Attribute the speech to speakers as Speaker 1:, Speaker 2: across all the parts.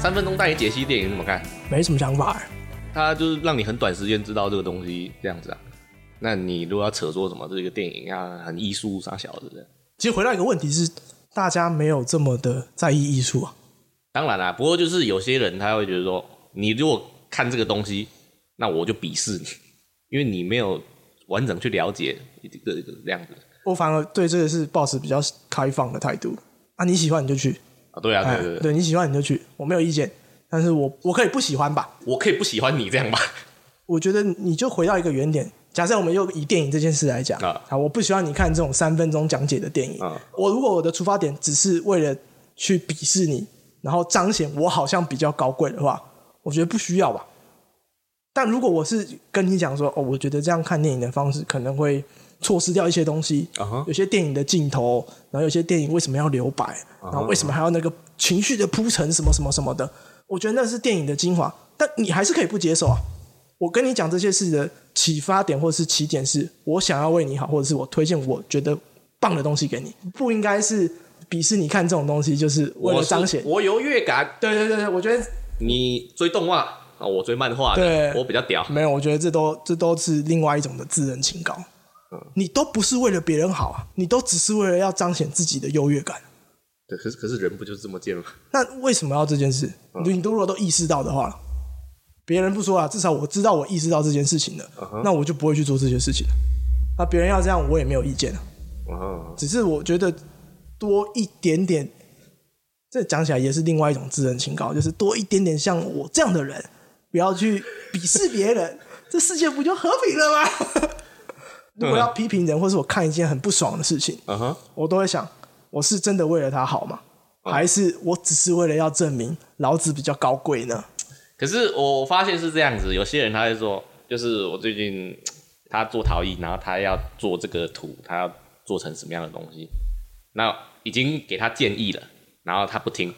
Speaker 1: 三分钟带你解析电影怎么看？
Speaker 2: 没什么想法。
Speaker 1: 它就是让你很短时间知道这个东西这样子啊。那你如果要扯说什么这个电影啊，很艺术啥小的，
Speaker 2: 其实回到一个问题是，大家没有这么的在意艺术啊。
Speaker 1: 当然啦、不过就是有些人他会觉得说，你如果看这个东西，那我就鄙视你，因为你没有完整去了解这个这个这样子
Speaker 2: 我反而对这个是抱持比较开放的态度啊，你喜欢你就去，
Speaker 1: 啊。对啊，
Speaker 2: 哎
Speaker 1: 对对对，
Speaker 2: 你喜欢你就去，我没有意见，但是我我可以不喜欢吧？
Speaker 1: 我可以不喜欢你这样吧？
Speaker 2: 我觉得你就回到一个原点。假设我们又以电影这件事来讲
Speaker 1: 啊
Speaker 2: 啊，我不喜欢你看这种三分钟讲解的电影
Speaker 1: 啊。
Speaker 2: 我如果我的出发点只是为了去鄙视你，然后彰显我好像比较高贵的话，我觉得不需要吧。但如果我是跟你讲说，哦，我觉得这样看电影的方式可能会错失掉一些东西
Speaker 1: 啊哈
Speaker 2: 有些电影的镜头，然后有些电影为什么要留白
Speaker 1: 啊
Speaker 2: 然后为什么还要那个情绪的铺陈什么什么什么的，我觉得那是电影的精华，但你还是可以不接受啊。我跟你讲这些事的启发点或者是起点是，我想要为你好，或者是我推荐我觉得棒的东西给你，不应该是鄙视你看这种东西，就是
Speaker 1: 我
Speaker 2: 为了
Speaker 1: 是
Speaker 2: 彰显。
Speaker 1: 我优越感，
Speaker 2: 对对对对，我觉得
Speaker 1: 你追动画啊，我追漫画
Speaker 2: 对
Speaker 1: 的，我比较屌。
Speaker 2: 没有，我觉得这都这都是另外一种的自认清高。你都不是为了别人好啊，你都只是为了要彰显自己的优越感。
Speaker 1: 对，可是可是人不就是这么贱吗？
Speaker 2: 那为什么要这件事？你你都如果都意识到的话，别人不说啊，至少我知道我意识到这件事情了，那我就不会去做这些事情了。那别人要这样，我也没有意见啊。
Speaker 1: 哦，
Speaker 2: 只是我觉得多一点点，这讲起来也是另外一种自认清高，就是多一点点像我这样的人，不要去鄙视别人，这世界不就和平了吗？如果要批评人，或是我看一件很不爽的事情，
Speaker 1: 啊哈，
Speaker 2: 我都会想，我是真的为了他好吗？还是我只是为了要证明老子比较高贵呢？
Speaker 1: 可是我发现是这样子，有些人他会说，就是我最近他做陶艺，然后他要做这个图，他要做成什么样的东西，那已经给他建议了，然后他不听，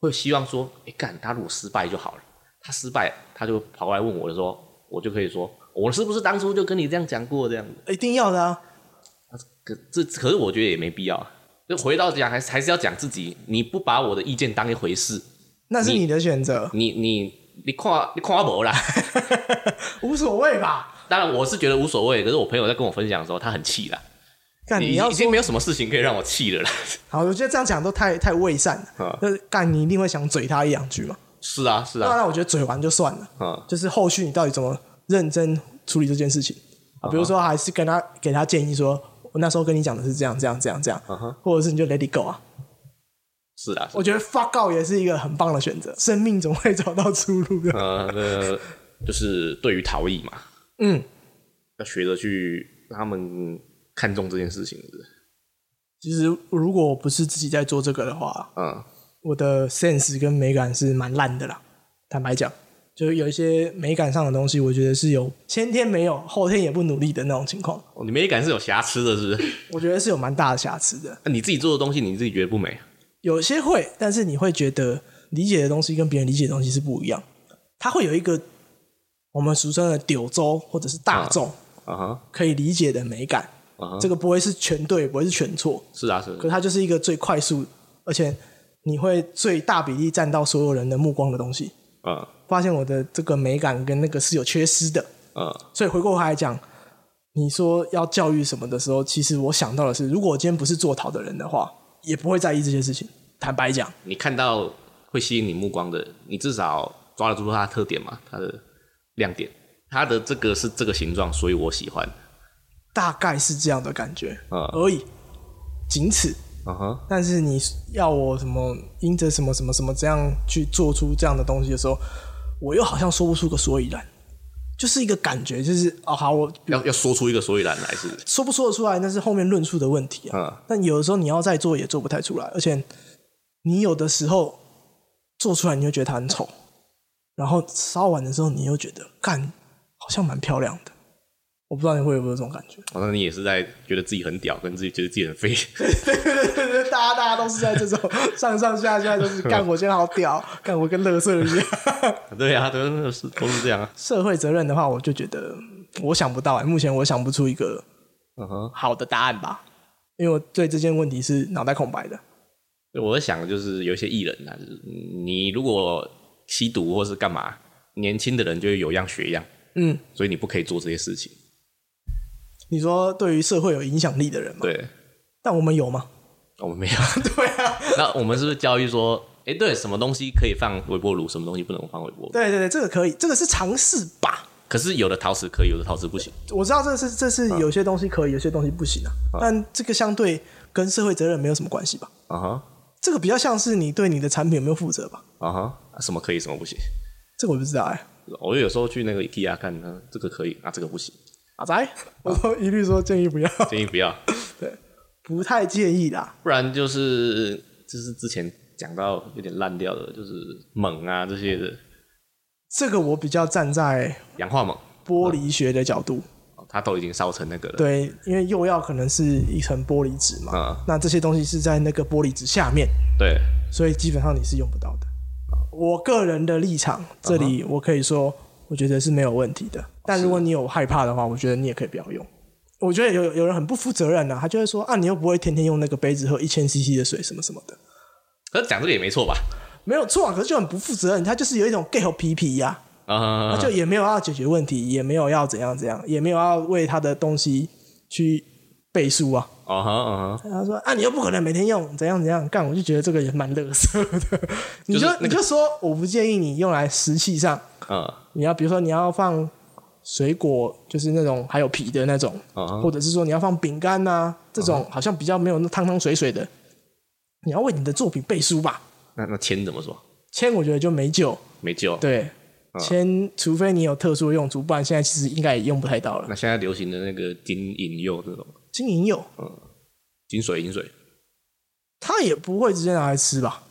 Speaker 1: 会希望说，哎、干，他如果失败就好了，他失败他就跑过来问我的时候，我就可以说，我是不是当初就跟你这样讲过这样子？
Speaker 2: 一定要的啊！
Speaker 1: 可这可是我觉得也没必要啊，就回到讲还是还是要讲自己，你不把我的意见当一回事，
Speaker 2: 那是
Speaker 1: 你
Speaker 2: 你的选择，
Speaker 1: 你你你看你看我啦。
Speaker 2: 无所谓吧？
Speaker 1: 当然我是觉得无所谓，可是我朋友在跟我分享的时候，他很气啦。
Speaker 2: 看
Speaker 1: 已
Speaker 2: 你
Speaker 1: 经
Speaker 2: 要
Speaker 1: 已
Speaker 2: 说
Speaker 1: 经没有什么事情可以让我气了啦。
Speaker 2: 好，我觉得这样讲都太太伪善了
Speaker 1: 啊。
Speaker 2: 就是干，你一定会想嘴他一两句嘛。
Speaker 1: 是啊，是
Speaker 2: 当
Speaker 1: 啊，
Speaker 2: 然，我觉得嘴完就算了，
Speaker 1: 嗯，
Speaker 2: 就是后续你到底怎么认真处理这件事情啊？比如说，还是跟他给他建议说，我那时候跟你讲的是这样这样这样这样，或者是你就 let it go 啊。
Speaker 1: 是啊，是啊
Speaker 2: 我觉得 fuck out 也是一个很棒的选择，生命总会找到出路的。
Speaker 1: 呃，那就是对于陶艺嘛，
Speaker 2: 嗯，
Speaker 1: 要学着去让他们看重这件事情，是不是
Speaker 2: 其实如果我不是自己在做这个的话，
Speaker 1: 嗯，
Speaker 2: 我的 sense 跟美感是蛮烂的啦。坦白讲，就是有一些美感上的东西，我觉得是有先天没有，后天也不努力的那种情况，
Speaker 1: 哦你美感是有瑕疵的，是不是？
Speaker 2: 我觉得是有蛮大的瑕疵的。
Speaker 1: 那你自己做的东西，你自己觉得不美，
Speaker 2: 有些会，但是你会觉得理解的东西跟别人理解的东西是不一样，它会有一个我们俗称的柳州或者是大众
Speaker 1: 啊哈，
Speaker 2: 可以理解的美感，
Speaker 1: 啊哈，
Speaker 2: 这个不会是全对，不会是全错，
Speaker 1: 是啊，是啊
Speaker 2: 可它就是一个最快速，而且你会最大比例占到所有人的目光的东西。
Speaker 1: 嗯
Speaker 2: 发现我的这个美感跟那个是有缺失的，
Speaker 1: 嗯，
Speaker 2: 所以回过头来讲，你说要教育什么的时候，其实我想到的是，如果我今天不是做陶的人的话，也不会在意这些事情。坦白讲，
Speaker 1: 你看到会吸引你目光的，你至少抓得住它的特点嘛，它的亮点，它的这个是这个形状，所以我喜欢，
Speaker 2: 大概是这样的感觉
Speaker 1: 嗯
Speaker 2: 而已，仅此。
Speaker 1: 啊哈，
Speaker 2: 但是你要我什么因着什么什么什么这样去做出这样的东西的时候，我又好像说不出个所以然，就是一个感觉，就是哦，好，我
Speaker 1: 要要说出一个所以然来，是不是？
Speaker 2: 说不说得出来，那是后面论述的问题啊。
Speaker 1: 嗯
Speaker 2: 但有的时候你要再做也做不太出来，而且你有的时候做出来你会觉得它很丑，然后烧完的时候你又觉得干好像蛮漂亮的。我不知道你会有没有这种感觉？
Speaker 1: 好像哦你也是在觉得自己很屌，跟自己觉得自己很废。
Speaker 2: 大家大家都是在这种 上上下下都是干我现在好屌，干我跟乐色一样。
Speaker 1: 对啊，对，那是都是这样啊。
Speaker 2: 社会责任的话，我就觉得我想不到、欸，目前我想不出一个
Speaker 1: 嗯哼，
Speaker 2: 好的答案吧，因为我对这件问题是脑袋空白的。
Speaker 1: 我在想，就是有一些艺人啊，就是你如果吸毒或是干嘛，年轻的人就会有样学样，
Speaker 2: 嗯，
Speaker 1: 所以你不可以做这些事情。
Speaker 2: 你说对于社会有影响力的人嘛，
Speaker 1: 对，哦
Speaker 2: 但我们有吗？
Speaker 1: 我们没有。
Speaker 2: 对啊，
Speaker 1: 那我们是不是教育说，哎、对，什么东西可以放微波炉，什么东西不能放微波炉？
Speaker 2: 对对对，这个可以，这个是尝试吧。
Speaker 1: 可是有的陶瓷可以，有的陶瓷不行。
Speaker 2: 我知道这是这是有些东西可以，有些东西不行啊。但这个相对跟社会责任没有什么关系吧？
Speaker 1: 啊哈，
Speaker 2: 这个比较像是你对你的产品有没有负责吧？
Speaker 1: 啊哈，啊什么可以，什么不行？
Speaker 2: 这个我不知道哎、
Speaker 1: 我有时候去那个 IKEA 看，啊这个可以，啊这个不行，
Speaker 2: 阿宅， 我都一律说建议不要，
Speaker 1: 建议不要。
Speaker 2: 不太建议啦。
Speaker 1: 不然就是就是之前讲到有点烂掉的，就是锰啊这些的
Speaker 2: 这个我比较站在
Speaker 1: 氧化锰，
Speaker 2: 玻璃学的角度，
Speaker 1: 哦它都已经烧成那个了。
Speaker 2: 对，因为釉药可能是一层玻璃纸嘛，
Speaker 1: 嗯
Speaker 2: 那这些东西是在那个玻璃纸下面，
Speaker 1: 对，
Speaker 2: 所以基本上你是用不到的。啊我个人的立场，这里我可以说，我觉得是没有问题的。但如果你有害怕的话，我觉得你也可以不要用。我觉得有有人很不负责任啊，他就会说啊，你又不会天天用那个杯子喝一千 CC 的水什么什么的，
Speaker 1: 可是讲这个也没错吧？
Speaker 2: 没有错啊，可是就很不负责任，他就是有一种 gay 和皮皮呀、
Speaker 1: 啊、
Speaker 2: 就也没有要解决问题，也没有要怎样怎样，也没有要为他的东西去背书啊。
Speaker 1: 哦哈哦哈，
Speaker 2: 他说啊，你又不可能每天用，怎样怎样干，我就觉得这个也蛮乐色的。你就、
Speaker 1: 就是那个
Speaker 2: 你就说，我不建议你用来食器上，
Speaker 1: 嗯
Speaker 2: 你要比如说你要放水果，就是那种还有皮的那种，
Speaker 1: 嗯哼
Speaker 2: 或者是说你要放饼干呐，这种好像比较没有那汤汤水水的，你要为你的作品背书吧。
Speaker 1: 那那铅怎么说？
Speaker 2: 签我觉得就没救，
Speaker 1: 没救。啊
Speaker 2: 对，签除非你有特殊的用途，不然现在其实应该也用不太到了。
Speaker 1: 那现在流行的那个金银釉这种
Speaker 2: 金银釉，
Speaker 1: 金水银水，
Speaker 2: 它也不会直接拿来吃吧？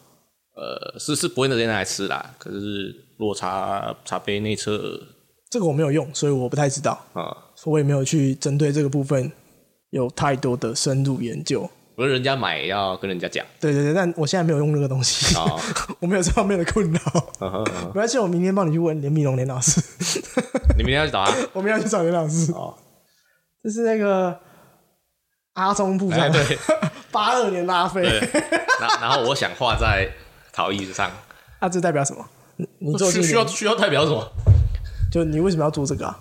Speaker 1: 呃，是是不会那天拿来吃啦。可是落茶茶杯内侧
Speaker 2: 这个我没有用，所以我不太知道，
Speaker 1: 啊，
Speaker 2: 我也没有去针对这个部分有太多的深入研究。
Speaker 1: 不是人家买要跟人家讲
Speaker 2: 对对对，但我现在没有用这个东西，
Speaker 1: 哦
Speaker 2: 我没有这方面的困扰。
Speaker 1: 嗯哼嗯哼
Speaker 2: 没关系，我明天帮你去问连密龙连老师，
Speaker 1: 你明天要去找他。
Speaker 2: 我们要去找连老师。
Speaker 1: 哦，
Speaker 2: 这是那个阿中部
Speaker 1: 哎
Speaker 2: 长，
Speaker 1: 对，
Speaker 2: 八二年拉菲，
Speaker 1: 然然后我想画在陶艺上，
Speaker 2: 啊，这代表什么？你你做
Speaker 1: 需
Speaker 2: 这个
Speaker 1: 需要需要代表什么？
Speaker 2: 就你为什么要做这个啊？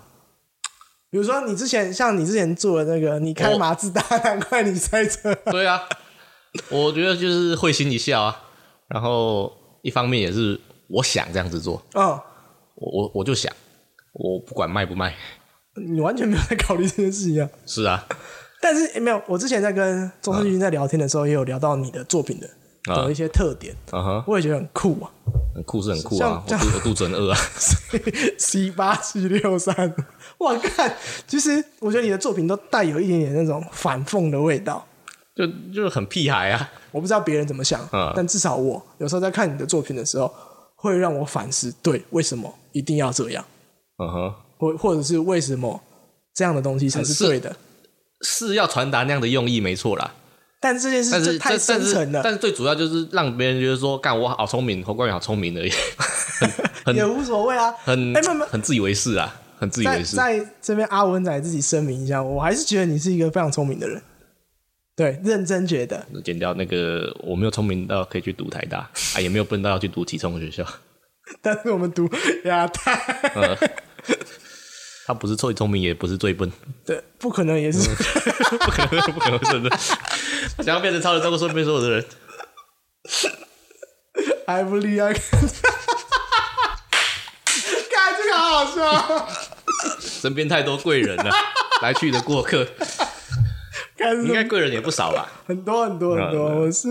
Speaker 2: 比如说你之前像你之前做的那个，你开
Speaker 1: 我
Speaker 2: 马自达，难怪你塞车。
Speaker 1: 对啊，我觉得就是会心一笑啊。然后一方面也是我想这样子做，
Speaker 2: 嗯，
Speaker 1: 我我我就想，我不管卖不卖，
Speaker 2: 你完全没有在考虑这件事情啊。
Speaker 1: 是啊，
Speaker 2: 但是、诶没有，我之前在跟
Speaker 1: 嗯
Speaker 2: 钟世军在聊天的时候，也有聊到你的作品的
Speaker 1: 啊
Speaker 2: 的一些特点，
Speaker 1: 嗯哼，
Speaker 2: 我也觉得很酷啊。
Speaker 1: 很酷是很酷啊，我
Speaker 2: 像
Speaker 1: 肚我肚子很 饿啊，
Speaker 2: C 八七六三，哇，看，其实我觉得你的作品都带有一点点那种反讽的味道。
Speaker 1: 就就是很屁孩啊，
Speaker 2: 我不知道别人怎么想，
Speaker 1: 啊
Speaker 2: 但至少我有时候在看你的作品的时候，会让我反思，对，为什么一定要这样？
Speaker 1: 嗯哼，
Speaker 2: 或或者是为什么这样的东西才是
Speaker 1: 呃是
Speaker 2: 对的？
Speaker 1: 是要传达那样的用意没错啦，
Speaker 2: 但这件事
Speaker 1: 但
Speaker 2: 这
Speaker 1: 是这
Speaker 2: 太
Speaker 1: 但
Speaker 2: 深
Speaker 1: 是
Speaker 2: 沉了，
Speaker 1: 但是最主要就是让别人觉得说，干我好聪明，侯冠宇好聪明而已，很
Speaker 2: 也无所谓啊。
Speaker 1: 很
Speaker 2: 哎，没有没有
Speaker 1: 很自以为是啊，很自以
Speaker 2: 在
Speaker 1: 为是，
Speaker 2: 在这边，阿文仔自己声明一下，我还是觉得你是一个非常聪明的人，对，认真觉得
Speaker 1: 剪掉那个我没有聪明到可以去读台大啊，也没有笨到要去读体重学校。
Speaker 2: 但是我们读亚太，
Speaker 1: 嗯他不是最聪明，也不是最笨，
Speaker 2: 对，不可能也是。
Speaker 1: 嗯不可能，不可能真的。他 想要变成超人，超过顺便说我的人，
Speaker 2: I believe I can 看这个好好笑，
Speaker 1: 身边太多贵人了， 来去的过客，
Speaker 2: 看
Speaker 1: 应
Speaker 2: 是
Speaker 1: 该贵人也不少吧？
Speaker 2: 很多很多很多，
Speaker 1: 嗯
Speaker 2: 我是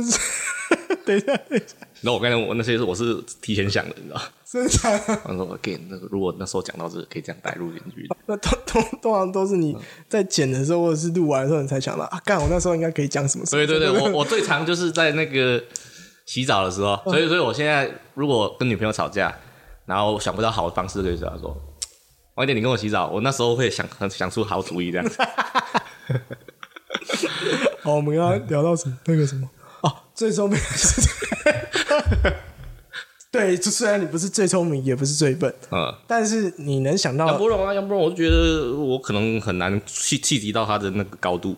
Speaker 2: 等一下等一下，
Speaker 1: 然后我刚才我那些是我是提前想的，你知道吗？
Speaker 2: 生产。
Speaker 1: 我说 again，那个如果那时候讲到这个，可以这样带入进去。
Speaker 2: 那通通通常都是
Speaker 1: 嗯
Speaker 2: 你在剪的时候，或者是录完的时候，你才想到啊，干，我那时候应该可以讲什么什么
Speaker 1: 对 对对，我我最常就是在那个洗澡的时候，所以所以我现在如果跟女朋友吵架，然后想不到好的方式，可以跟她说，晚一点你跟我洗澡，我那时候会想很想出好主意这样。
Speaker 2: 哦好，我们刚刚聊到什么？那个什么？哦，最聪明是这个。对，就虽然你不是最聪明，也不是最笨，
Speaker 1: 嗯，
Speaker 2: 但是你能想
Speaker 1: 杨
Speaker 2: 到，
Speaker 1: 博荣啊，杨博荣，我就觉得我可能很难气气及到他的那个高度。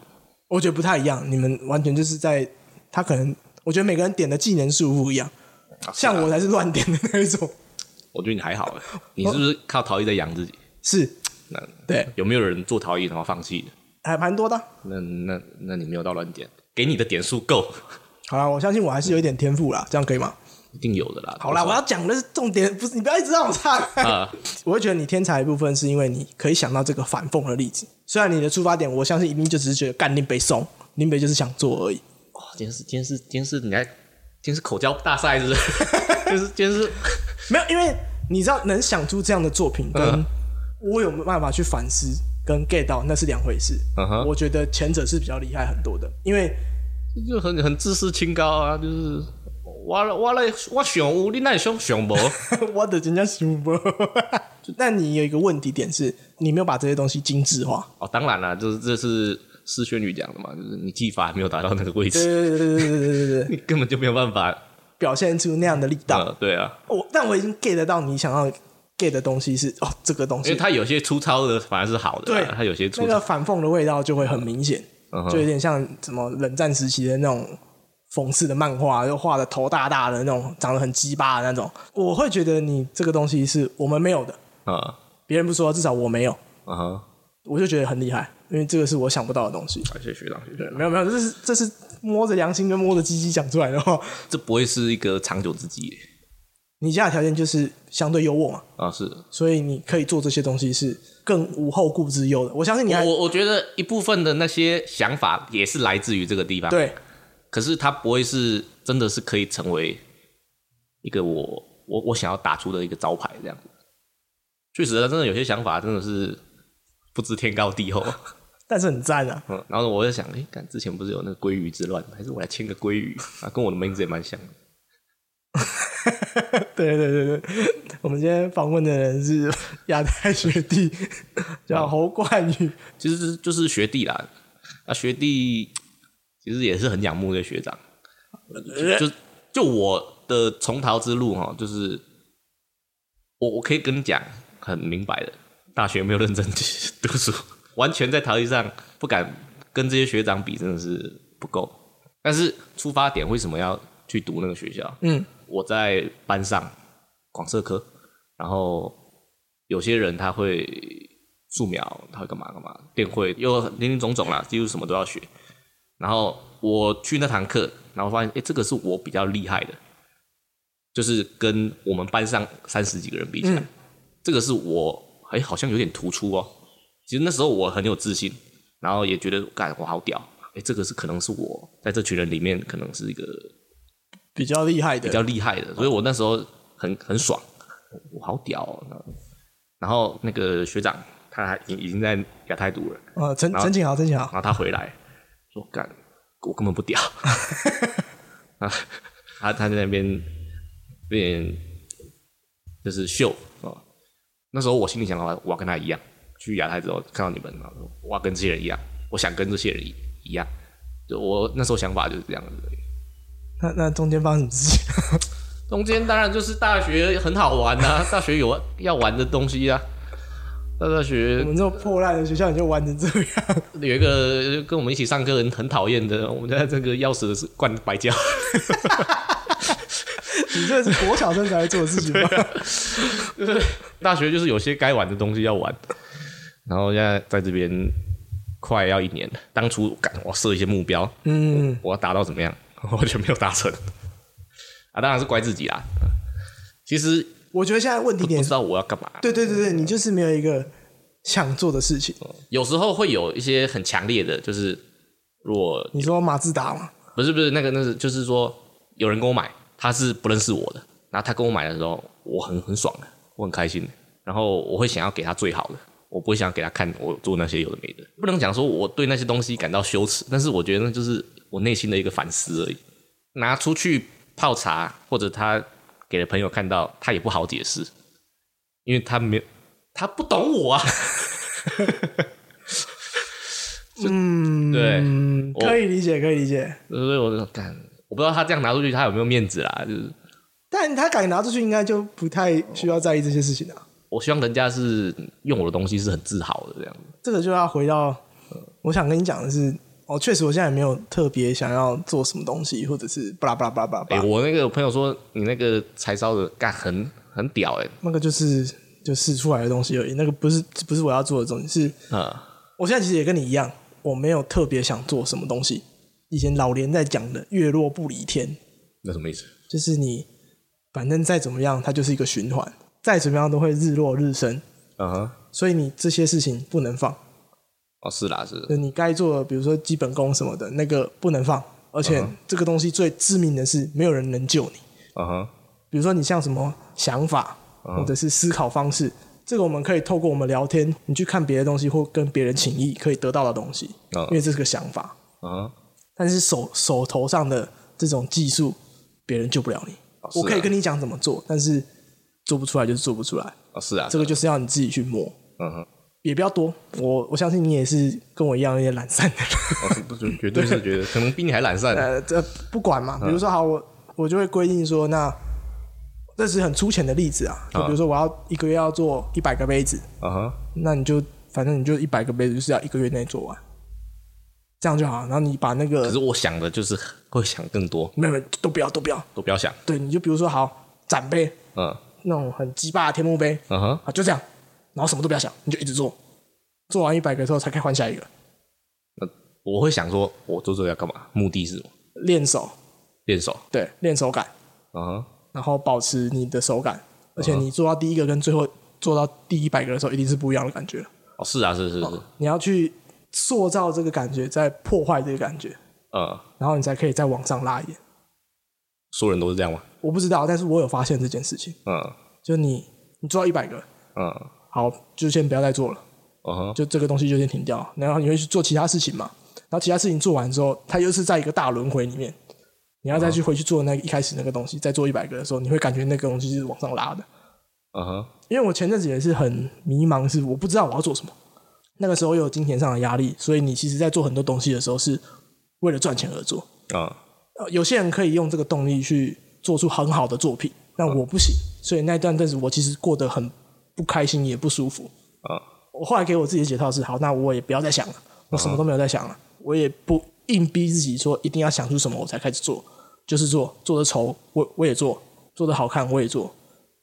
Speaker 2: 我觉得不太一样。你们完全就是在他可能我觉得每个人点的技能数不一样，像我才是啊乱点的那一种。
Speaker 1: 啊我觉得你还好，欸你是不是靠陶艺在养自己？
Speaker 2: 是，
Speaker 1: 那
Speaker 2: 对，
Speaker 1: 有没有人做陶艺然后放弃的？
Speaker 2: 还蛮多的啊。
Speaker 1: 那那那你没有到乱点，给你的点数够，
Speaker 2: 好啦，我相信我还是有一点天赋啦，这样可以吗？
Speaker 1: 一定有的啦。
Speaker 2: 好啦，我要讲的是重点，不是你不要一直让我岔开。
Speaker 1: 啊，
Speaker 2: 我会觉得你天才的部分是因为你可以想到这个反讽的例子，虽然你的出发点我相信一定就只是觉得干林北松，林北就是想做而已。
Speaker 1: 哇今天是今天是今天是你还今天是口交大赛是不 是？今天是今天是
Speaker 2: 没有，因为你知道能想出这样的作品，跟
Speaker 1: 嗯
Speaker 2: 我有没有办法去反思跟 get 到那是两回事。
Speaker 1: 嗯哼
Speaker 2: 我觉得前者是比较厉害很多的，因为
Speaker 1: 就很很自视清高啊，就是我了我了我想有，你那想想无？
Speaker 2: 我的人家行不？但你有一个问题点是，你没有把这些东西精致化。
Speaker 1: 哦，当然啦，就是这是施轩宇讲的嘛，就是你技法还没有达到那个位置，
Speaker 2: 对对对对对对对对，
Speaker 1: 你根本就没有办法。
Speaker 2: 表现出那样的力道。
Speaker 1: 呃，对啊，
Speaker 2: 我但我已经 get 到你想要 get 的东西是哦，这个东
Speaker 1: 因为
Speaker 2: 西
Speaker 1: 他有些粗糙的反而是好的啊、
Speaker 2: 对
Speaker 1: 他有些粗
Speaker 2: 那
Speaker 1: 糙
Speaker 2: 个反讽的味道就会很明显，
Speaker 1: 嗯哼
Speaker 2: 就有点像什么冷战时期的那种讽刺的漫画，就画的头大大的那种，长得很鸡巴的那种。我会觉得你这个东西是我们没有的，
Speaker 1: 啊，
Speaker 2: 别人不说，至少我没有，
Speaker 1: 啊哈，
Speaker 2: 我就觉得很厉害，因为这个是我想不到的东西。
Speaker 1: 感谢学长，谢谢学长。
Speaker 2: 没有没有，这是这是摸着良心跟摸着鸡鸡讲出来的话。
Speaker 1: 这不会是一个长久之计
Speaker 2: 你家的条件就是相对优渥嘛，
Speaker 1: 啊！是
Speaker 2: 所以你可以做这些东西是更无后顾之忧的。我相信你还
Speaker 1: 我我觉得一部分的那些想法也是来自于这个地方，。
Speaker 2: 对。
Speaker 1: 可是它不会是真的是可以成为一个我我我想要打出的一个招牌这样子。确实啊，真的有些想法真的是不知天高地厚。
Speaker 2: 但是很赞啊！
Speaker 1: 嗯，然后我就想，哎、看之前不是有那个鲑鱼之乱吗，还是我来签个鲑鱼啊，跟我的名字也蛮像的。
Speaker 2: 对对对对， 我们今天访问的人是亚太学弟，叫侯冠宇。
Speaker 1: 其实就是就是学弟啦，啊，学弟其实也是很仰慕这个学长，就就我的重逃之路哈，就是我我可以跟你讲很明白的，大学没有认真读书， 完全在逃逸上不敢跟这些学长比，真的是不够。但是出发点为什么要去读那个学校？
Speaker 2: 嗯，
Speaker 1: 我在班上广社科，然后有些人他会素描，他会干嘛干嘛，电绘又林林总总啦，几乎什么都要学。然后我去那堂课，然后发现，哎、这个是我比较厉害的，就是跟我们班上三十几个人比起来，这个是我哎、好像有点突出哦。其实那时候我很有自信，然后也觉得，干我好屌，哎、这个是可能是我在这群人里面可能是一个
Speaker 2: 比较厉害
Speaker 1: 比
Speaker 2: 的，
Speaker 1: 较厉害的，所以我那时候很很爽，我好屌、哦。然后那个学长他还已已经在亚太读了，
Speaker 2: 呃，陈
Speaker 1: 后
Speaker 2: 陈景豪，陈景豪
Speaker 1: 然，后他回来说：“干，我根本不屌。啊”他他在那边有点就是秀啊、哦那时候我心里想法，我要跟他一样，去亚太之后看到你们，然后说我要跟这些人一样，我想跟这些人一一样。就我那时候想法就是这样子而已。
Speaker 2: 那那中间发生什么事情？
Speaker 1: 中间当然就是大学很好玩呐、大学有要玩的东西啊。大大学
Speaker 2: 我们这种破烂的学校你就玩成这样，
Speaker 1: 有一个跟我们一起上课很很讨厌的，我们在这个钥匙是灌白胶，
Speaker 2: 你这是国小生才会做的事情 吗？
Speaker 1: 啊大学就是有些该玩的东西要玩，然后现在在这边快要一年了，当初干我设一些目标，
Speaker 2: 嗯，
Speaker 1: 我要达到怎么样， 我就没有达成啊，当然是怪自己啦。其实
Speaker 2: 我觉得现在问题
Speaker 1: 不
Speaker 2: 点
Speaker 1: 知
Speaker 2: 是，
Speaker 1: 道我要干嘛，
Speaker 2: 对对对对，你就是没有一个想做的事情。
Speaker 1: 有时候会有一些很强烈的，就是如果
Speaker 2: 你说马自达嘛，
Speaker 1: 不是不是那个那是就是说有人跟我买，他是不认识我的，然后他跟我买的时候，我很很爽的，我很开心的，然后我会想要给他最好的，我不会想要给他看我做那些有的没的，不能讲说我对那些东西感到羞耻，但是我觉得那就是我内心的一个反思而已。拿出去泡茶或者他给了朋友看到，他也不好解释，因为他没有他不懂我啊，
Speaker 2: 嗯，
Speaker 1: 对
Speaker 2: 嗯，
Speaker 1: 我
Speaker 2: 可以理解，可以理解。
Speaker 1: 所以我就干，我不知道他这样拿出去他有没有面子啦，就是。
Speaker 2: 但他敢拿出去，应该就不太需要在意这些事情了、啊。
Speaker 1: 我希望人家是用我的东西是很自豪的这样子。
Speaker 2: 呃这个就要回到，我想跟你讲的是，哦，确实，我现在也没有特别想要做什么东西，或者是巴拉巴拉巴拉巴拉
Speaker 1: 哎、
Speaker 2: 巴拉。
Speaker 1: 我那个朋友说你那个柴烧的干很很屌哎、
Speaker 2: 那个就是就试出来的东西而已，那个不是不是我要做的东西。是
Speaker 1: 嗯，
Speaker 2: 我现在其实也跟你一样，我没有特别想做什么东西。以前老连在讲的“月落不离天
Speaker 1: 那什么意思？”，
Speaker 2: 就是你反正再怎么样，它就是一个循环，再怎么样都会日落日升，
Speaker 1: 嗯哼，
Speaker 2: 所以你这些事情不能放。
Speaker 1: 哦是啦是，
Speaker 2: 就你该做的，比如说基本功什么的，那个不能放。而且这个东西最致命的是，没有人能救你。
Speaker 1: 嗯哼，
Speaker 2: 比如说你像什么想法，
Speaker 1: 嗯
Speaker 2: 或者是思考方式，这个我们可以透过我们聊天，你去看别的东西或跟别人请益，可以得到的东西，
Speaker 1: 嗯
Speaker 2: 因为这是个想法。
Speaker 1: 嗯哼，
Speaker 2: 但是手手头上的这种技术，别人救不了你。
Speaker 1: 是啊
Speaker 2: 我可以跟你讲怎么做，但是做不出来就是做不出来，
Speaker 1: 哦是啊，
Speaker 2: 这个就是要你自己去摸，
Speaker 1: 嗯哼，
Speaker 2: 也不要多。我我相信你也是跟我一样有点懒散的人。
Speaker 1: 哦是不是绝对是觉得可能比你还 懒散，
Speaker 2: 呃，这不管嘛，
Speaker 1: 嗯
Speaker 2: 比如说好，我我就会规定说，那这是很粗浅的例子啊，就比如说我要一个月要做一百个杯子，
Speaker 1: 嗯哼，
Speaker 2: 那你就反正你就一百个杯子就是要一个月内做完，这样就好。然后你把那
Speaker 1: 可
Speaker 2: 个
Speaker 1: 是我想的就是会想更多，
Speaker 2: 没有没有都不要都不要，
Speaker 1: 都不要想，
Speaker 2: 对，你就比如说好展杯
Speaker 1: 嗯
Speaker 2: 那种很鸡巴的天幕杯
Speaker 1: 嗯哼，
Speaker 2: 啊，就这样，然后什么都不要想，你就一直做，做完一百个之后才可以换下一个
Speaker 1: 那我会想说我做这个要干嘛？目的是什么？
Speaker 2: 练手，
Speaker 1: 练手，
Speaker 2: 对，练手感。
Speaker 1: 嗯哼，
Speaker 2: 然后保持你的手感，而且你做到第一个跟最后做到第一百个的时候，一定是不一样的感觉。
Speaker 1: 哦是啊是是是，
Speaker 2: 你要去塑造这个感觉，再破坏这个感觉，
Speaker 1: 嗯，
Speaker 2: 然后你才可以再往上拉一点。
Speaker 1: 所有人都是这样吗？
Speaker 2: 我不知道，但是我有发现这件事情，
Speaker 1: 嗯
Speaker 2: 就你你做到一百个，
Speaker 1: 嗯
Speaker 2: 好，就先不要再做了，
Speaker 1: 嗯哼，
Speaker 2: 就这个东西就先停掉，然后你会去做其他事情嘛，然后其他事情做完之后，它又是在一个大轮回里面。你要再去回去做那个一开始那个东西，再做一百个的时候，你会感觉那个东西是往上拉的。哦
Speaker 1: 嗯哼，
Speaker 2: 因为我前阵子也是很迷茫，是我不知道我要做什么。那个时候又有金钱上的压力，所以你其实在做很多东西的时候是为了赚钱而做。
Speaker 1: 嗯
Speaker 2: 呃，有些人可以用这个动力去做出很好的作品，但我不行，所以那段日子我其实过得很不开心，也不舒服。
Speaker 1: 嗯
Speaker 2: 我后来给我自己的解套是：好，那我也不要再想了，我什么都没有再想了，我也不硬逼自己说一定要想出什么我才开始做，就是做，做的丑我我也做，做的好看我也做，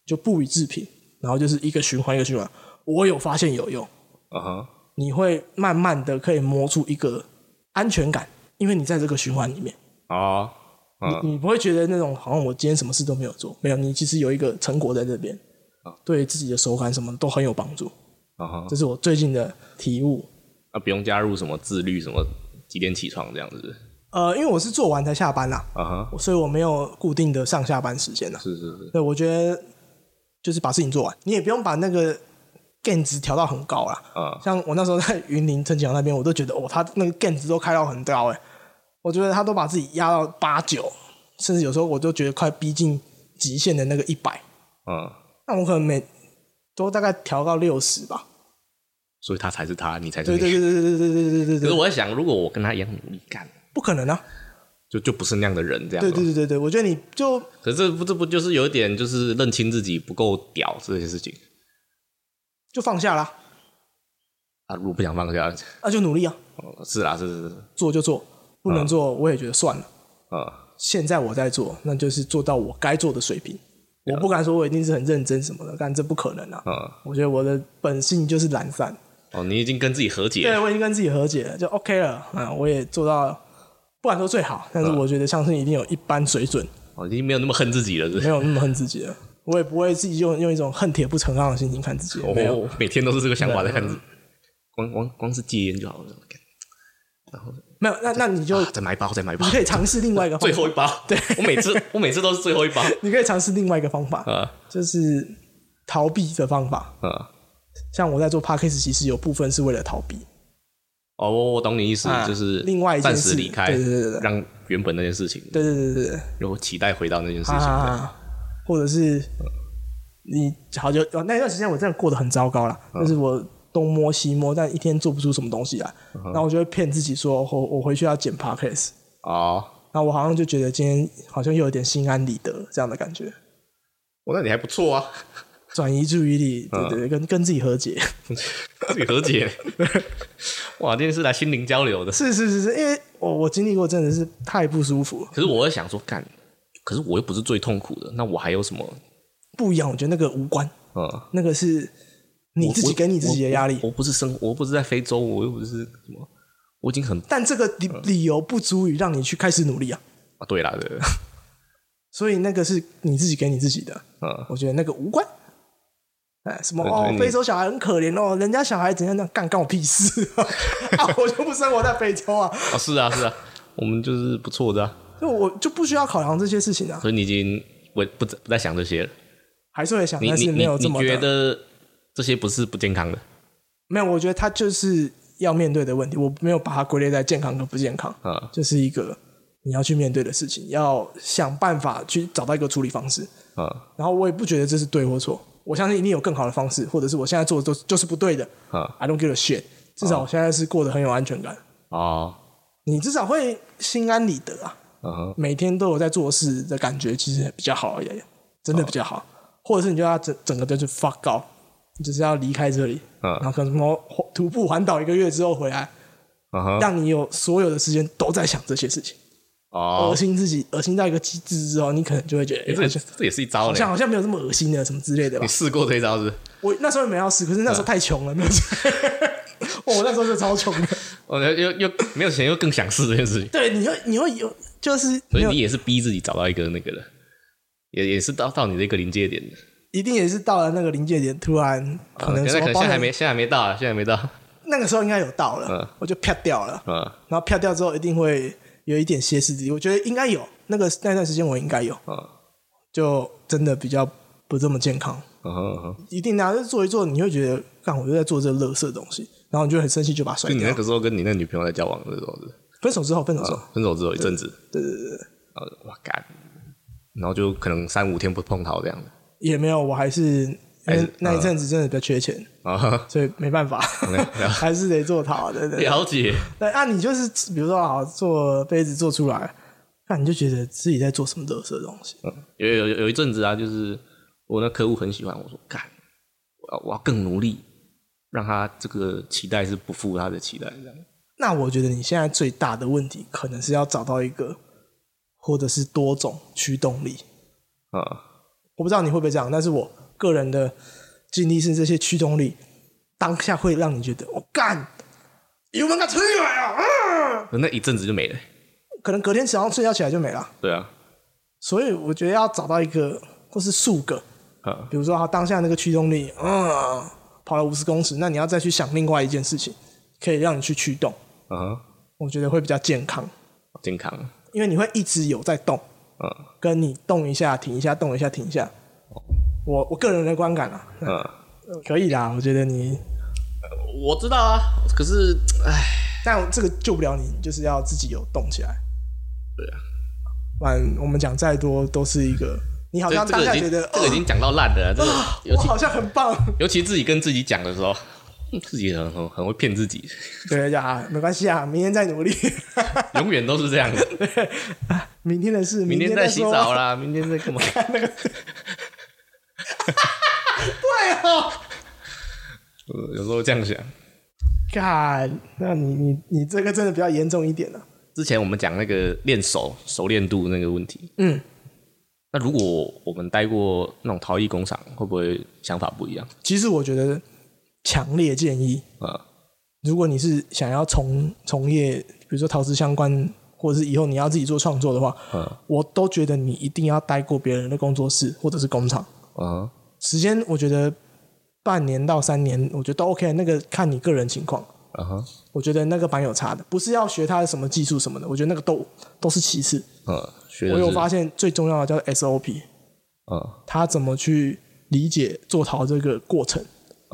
Speaker 2: 就不予置评，然后就是一个循环一个循环。我有发现有用，
Speaker 1: 嗯哼，
Speaker 2: 你会慢慢的可以磨出一个安全感，因为你在这个循环里面，
Speaker 1: 哦，嗯
Speaker 2: 你你不会觉得那种好像我今天什么事都没有做，没有，你其实有一个成果在这边，对自己的手感什么的都很有帮助，
Speaker 1: 嗯哼。
Speaker 2: 这是我最近的体悟。
Speaker 1: 啊，不用加入什么自律，什么几点起床这样子。
Speaker 2: 呃，因为我是做完才下班啦、
Speaker 1: 啊哈，
Speaker 2: 所以我没有固定的上下班时间啦、
Speaker 1: 是是是，
Speaker 2: 对，我觉得就是把事情做完，你也不用把那个 gain 值调到很高啦。
Speaker 1: 啊
Speaker 2: 像我那时候在云林陈景阳那边，我都觉得哦，他那个 gain 值都开到很高哎、我觉得他都把自己压到八九，甚至有时候我就觉得快逼近极限的那个一百，
Speaker 1: 嗯，
Speaker 2: 那我可能每都大概调到六十吧。
Speaker 1: 所以他才是他，你才是
Speaker 2: 对
Speaker 1: 你。
Speaker 2: 对对对对对对对对
Speaker 1: 可是
Speaker 2: 对，
Speaker 1: 我在想，如果我跟他一样努力干，
Speaker 2: 不可能啊！
Speaker 1: 就就不是那样的人这样。
Speaker 2: 对对。对对对，我觉得你就
Speaker 1: 可是这不这不就是有一点就是认清自己不够屌这件事情
Speaker 2: 就放下啦，
Speaker 1: 啊？如果不想放下，
Speaker 2: 那就努力啊，
Speaker 1: 哦是啦，是是是，
Speaker 2: 做就做，不
Speaker 1: 嗯
Speaker 2: 能做我也觉得算了。
Speaker 1: 啊
Speaker 2: 现在我在做，那就是做到我该做的水平。我不敢说我一定是很认真什么的，但这不可能啊！
Speaker 1: 啊
Speaker 2: 我觉得我的本性就是懒散，
Speaker 1: 哦，你已经跟自己和解
Speaker 2: 对啊
Speaker 1: 了。
Speaker 2: 我已经跟自己和解了，就 OK 了。嗯，我也做到，不敢说最好，但是
Speaker 1: 嗯
Speaker 2: 我觉得相信一定有一般水准，
Speaker 1: 哦，已经没有那么恨自己了，是不
Speaker 2: 没
Speaker 1: 是？
Speaker 2: 有那么恨自己了。我也不会自己用用一种恨铁不成钢的心情看自己，没有。
Speaker 1: 哦，每天都是这个想法在看自己，光光光是戒烟就好了。干
Speaker 2: 没有，那那你就
Speaker 1: 啊再买一包，再买一包
Speaker 2: 你，可以尝试另外一个方
Speaker 1: 最
Speaker 2: 法，
Speaker 1: 后一包。对，我每次我每次都是最后一包。
Speaker 2: 你可以尝试另外一个方法，
Speaker 1: 啊
Speaker 2: 就是逃避的方法。
Speaker 1: 啊。
Speaker 2: 像我在做 p a c k a g e 其实有部分是为了逃避，
Speaker 1: 哦，我我懂你意思，
Speaker 2: 啊
Speaker 1: 就是
Speaker 2: 另外一件
Speaker 1: 暂
Speaker 2: 事
Speaker 1: 时离开，
Speaker 2: 对对对对对
Speaker 1: 让原本那件事情，
Speaker 2: 对对对对对。
Speaker 1: 然后期待回到那件事情。
Speaker 2: 啊，或者是你好久哦那段时间我真的过得很糟糕啦，就是我东摸西摸，但一天做不出什么东西来，然后我就会骗自己说，我我回去要剪 podcast，
Speaker 1: 哦，
Speaker 2: 然后我好像就觉得今天好像又有点心安理得这样的感觉，
Speaker 1: 我那你还不错啊，
Speaker 2: 嗯转移注意力，对对对，跟跟自己和解。
Speaker 1: 自己和解。哇，今天是来心灵交流的。
Speaker 2: 是是是是，因为我我经历过真的是太不舒服了，
Speaker 1: 可是我会想说，干，可是我又不是最痛苦的，那我还有什么？
Speaker 2: 不一样，我觉得那个无关，
Speaker 1: 嗯，
Speaker 2: 那个是你自己给你自己的压力
Speaker 1: 我。我不是生，我不是在非洲，我又不是什么，我已经很
Speaker 2: 但这个理
Speaker 1: 嗯
Speaker 2: 理由不足以让你去开始努力啊，
Speaker 1: 啊，对啦，对 对，对
Speaker 2: 所以那个是你自己给你自己的，
Speaker 1: 嗯，
Speaker 2: 我觉得那个无关。哎，什么
Speaker 1: 对所以
Speaker 2: 哦，
Speaker 1: 你
Speaker 2: 非洲小孩很可怜哦，人家小孩怎样怎样，干干我 屁事啊！啊我就不生活在非洲啊，
Speaker 1: 啊，是啊，是啊，我们就是不错的、啊，
Speaker 2: 所以我就不需要考量这些事情啊，
Speaker 1: 所以你已经我不不再想这些了。
Speaker 2: 还是会想，
Speaker 1: 你
Speaker 2: 但
Speaker 1: 你
Speaker 2: 啊是没
Speaker 1: 你
Speaker 2: 有这
Speaker 1: 你
Speaker 2: 么
Speaker 1: 觉
Speaker 2: 的。
Speaker 1: 得这些不是不健康的？
Speaker 2: 没有，我觉得他就是要面对的问题，我没有把它归类在健康跟不健康，
Speaker 1: 嗯，
Speaker 2: 这是一个你要去面对的事情，要想办法去找到一个处理方式。
Speaker 1: 嗯
Speaker 2: 然后我也不觉得这是对或错，我相信一定有更好的方式，或者是我现在做的都就是不对的。
Speaker 1: 嗯，
Speaker 2: I don't give a shit，至少我现在是过得很有安全感，
Speaker 1: 哦，
Speaker 2: 你至少会心安理得啊，
Speaker 1: 嗯哼，
Speaker 2: 每天都有在做事的感觉，其实比较好一点，真的比较好。或者是你就要整整个就是 fuck off，你就是要离开这里，
Speaker 1: 嗯
Speaker 2: 然后可能什么徒步环岛一个月之后回来，
Speaker 1: 嗯哼，
Speaker 2: 让你有所有的时间都在想这些事情，恶
Speaker 1: 哦，
Speaker 2: 心自己，恶心到一个极致之后，你可能就会觉得，哎
Speaker 1: 这
Speaker 2: 好像
Speaker 1: 这也是一招
Speaker 2: 好像
Speaker 1: 嘞。
Speaker 2: 好像没有这么恶心的什么之类的吧
Speaker 1: 你。试过这一招是不是？
Speaker 2: 我那时候也没要试，可是那时候太穷了，没有钱。 我那时候就超穷的。
Speaker 1: 哦，又又又没有钱，又更想试这件事情，
Speaker 2: 对，你会你会有就是
Speaker 1: 所
Speaker 2: 没
Speaker 1: 以
Speaker 2: 有
Speaker 1: 你也是逼自己找到一个那个的，也也是到到你的一个临界点的。啊
Speaker 2: 一定也是到了那个临界点，突然啊可能
Speaker 1: 现
Speaker 2: 什
Speaker 1: 在可
Speaker 2: 么
Speaker 1: 能现在
Speaker 2: 保险
Speaker 1: 还没，现在还没到，啊，现在还没到。
Speaker 2: 那个时候应该有到了
Speaker 1: 嗯，
Speaker 2: 我就啪掉了。
Speaker 1: 嗯
Speaker 2: 然后啪掉之后一定会有一点歇斯底里，我觉得应该有那个那段时间我应该有，
Speaker 1: 嗯
Speaker 2: 就真的比较不这么健康。
Speaker 1: 嗯哼嗯哼，
Speaker 2: 一定拿着做一做，你会觉得，干，我就在做这垃圾东西，然嗯后你就很生气，就把它甩
Speaker 1: 就你那
Speaker 2: 掉。
Speaker 1: 个时候跟你那个女朋友在交往的时候是不是，
Speaker 2: 分手之后，分手之后，
Speaker 1: 分手之后一阵子，对对对，然后就哇干，然后就可能三五天不碰桃这样的
Speaker 2: 也没有，我还是
Speaker 1: 还
Speaker 2: 嗯因为
Speaker 1: 是
Speaker 2: 那一阵子真的比较缺钱，
Speaker 1: 啊哈，
Speaker 2: 所以没办法， 还是得做陶，对对对。
Speaker 1: 了解，
Speaker 2: 对啊，你就是比如说好做杯子做出来，那你就觉得自己在做什么垃圾东西，
Speaker 1: 有有有有一阵子啊，就是我那客户很喜欢我说干，我要我要更努力，让他这个期待是不负他的期待这样，
Speaker 2: 那我觉得你现在最大的问题，可能是要找到一个，或者是多种驱动力。
Speaker 1: 啊
Speaker 2: 我不知道你会不会这样，但是我个人的经历是这些驱动力，当下会让你觉得我、哦干，油门给推起来啊！ 啊
Speaker 1: 那一阵子就没了，
Speaker 2: 可能隔天早上睡觉起来就没了，
Speaker 1: 对啊，
Speaker 2: 所以我觉得要找到一个或是数个，
Speaker 1: 啊
Speaker 2: 比如说他当下那个驱动力，嗯，跑了五十公尺，那你要再去想另外一件事情，可以让你去驱动，
Speaker 1: 啊哈，
Speaker 2: 我觉得会比较健康，
Speaker 1: 健康啊，
Speaker 2: 因为你会一直有在动，
Speaker 1: 嗯
Speaker 2: 跟你动一下停一下，动一下停一下。我我个人的观感啊，
Speaker 1: 嗯。
Speaker 2: 可以啦，我觉得你
Speaker 1: 我知道啊，可是，唉，
Speaker 2: 但这个救不了你，你就是要自己有动起来。
Speaker 1: 对啊，
Speaker 2: 不然我们讲再多都是一个，你好像
Speaker 1: 这这
Speaker 2: 当
Speaker 1: 个
Speaker 2: 下
Speaker 1: 已
Speaker 2: 觉
Speaker 1: 经
Speaker 2: 得，
Speaker 1: 这个已经讲到烂了啊，这个
Speaker 2: 哦
Speaker 1: 尤
Speaker 2: 我
Speaker 1: 其
Speaker 2: 好像很棒，
Speaker 1: 尤其自己跟自己讲的时候， 嗯自己很很很会骗自 己，
Speaker 2: 对呀、啊，没关系啊，明天再努力，
Speaker 1: 永远都是这样的。
Speaker 2: 明天的事，
Speaker 1: 明
Speaker 2: 天
Speaker 1: 天
Speaker 2: 再
Speaker 1: 再洗
Speaker 2: 说
Speaker 1: 澡 啦，明天再干嘛？
Speaker 2: 那个，对哦，
Speaker 1: 呃有时候这样想。
Speaker 2: 干，那你你你这个真的比较严重一点啊了、
Speaker 1: 之前我们讲那个练手熟练度那个问题，
Speaker 2: 嗯，
Speaker 1: 那如果我们待过那种陶艺工厂，会不会想法不一样？
Speaker 2: 其实我觉得强烈建议，
Speaker 1: 啊、
Speaker 2: 如果你是想要从从业，比如说陶瓷相关，或者是以后你要自己做创作的话，
Speaker 1: 嗯
Speaker 2: 我都觉得你一定要待过别人的工作室或者是工厂。
Speaker 1: 嗯
Speaker 2: 时间我觉得半年到三年，我觉得都 OK，那啊个看你个人情况。
Speaker 1: 嗯哼
Speaker 2: 我觉得那个蛮有差的，不是要学他的什么技术什么的，我觉得那个都都是其次。
Speaker 1: 嗯，学的
Speaker 2: 我
Speaker 1: 是
Speaker 2: 有发现最重要的叫做 SOP，
Speaker 1: 嗯
Speaker 2: 他怎么去理解做陶这个过程，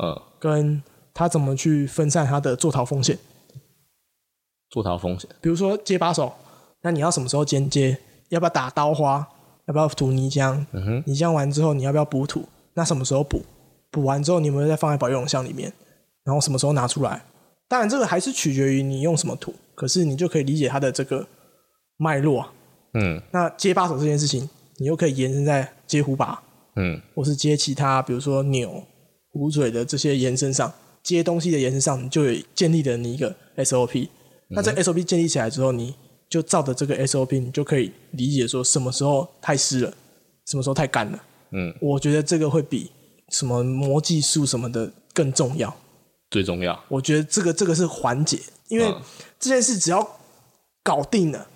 Speaker 1: 嗯，
Speaker 2: 跟他怎么去分散他的做陶风险。
Speaker 1: 做陶风险，
Speaker 2: 比如说接把手，那你要什么时候间接？要不要打刀花？要不要涂泥浆？
Speaker 1: 哼
Speaker 2: 泥浆完之后你要不要补土？那什么时候补？补完之后你有没有再放在保育箱里面？然后什么时候拿出来？当然这个还是取决于你用什么土，可是你就可以理解它的这个脉络啊。
Speaker 1: 嗯
Speaker 2: 那接把手这件事情，你又可以延伸在接壶把
Speaker 1: 嗯
Speaker 2: 或是接其他比如说钮、壶嘴的这些延伸上，接东西的延伸上，你就有建立了你一个 SOP。那这个 SOP 建立起来之后，你就照着这个 SOP，你就可以理解说什么时候太湿了，什么时候太干了。
Speaker 1: 嗯，
Speaker 2: 我觉得这个会比什么魔技术什么的更重要。
Speaker 1: 最重要。
Speaker 2: 我觉得这个这个是缓解，因为
Speaker 1: 嗯
Speaker 2: 这件事只要搞定了，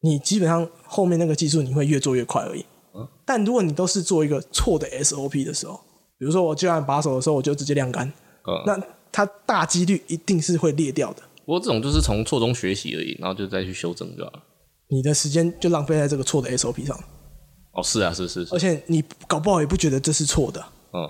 Speaker 2: 你基本上后面那个技术你会越做越快而已。
Speaker 1: 嗯
Speaker 2: 但如果你都是做一个错的 SOP 的时候，比如说我接完把手的时候，我就直接晾干，
Speaker 1: 嗯，
Speaker 2: 那它大几率一定是会裂掉的。
Speaker 1: 不过这种就是从错中学习而已，然后就再去修正就好了。
Speaker 2: 你的时间就浪费在这个错的 SOP 上，
Speaker 1: 哦，是啊，是是是
Speaker 2: 而，且你搞不好也不觉得这是错的，
Speaker 1: 嗯，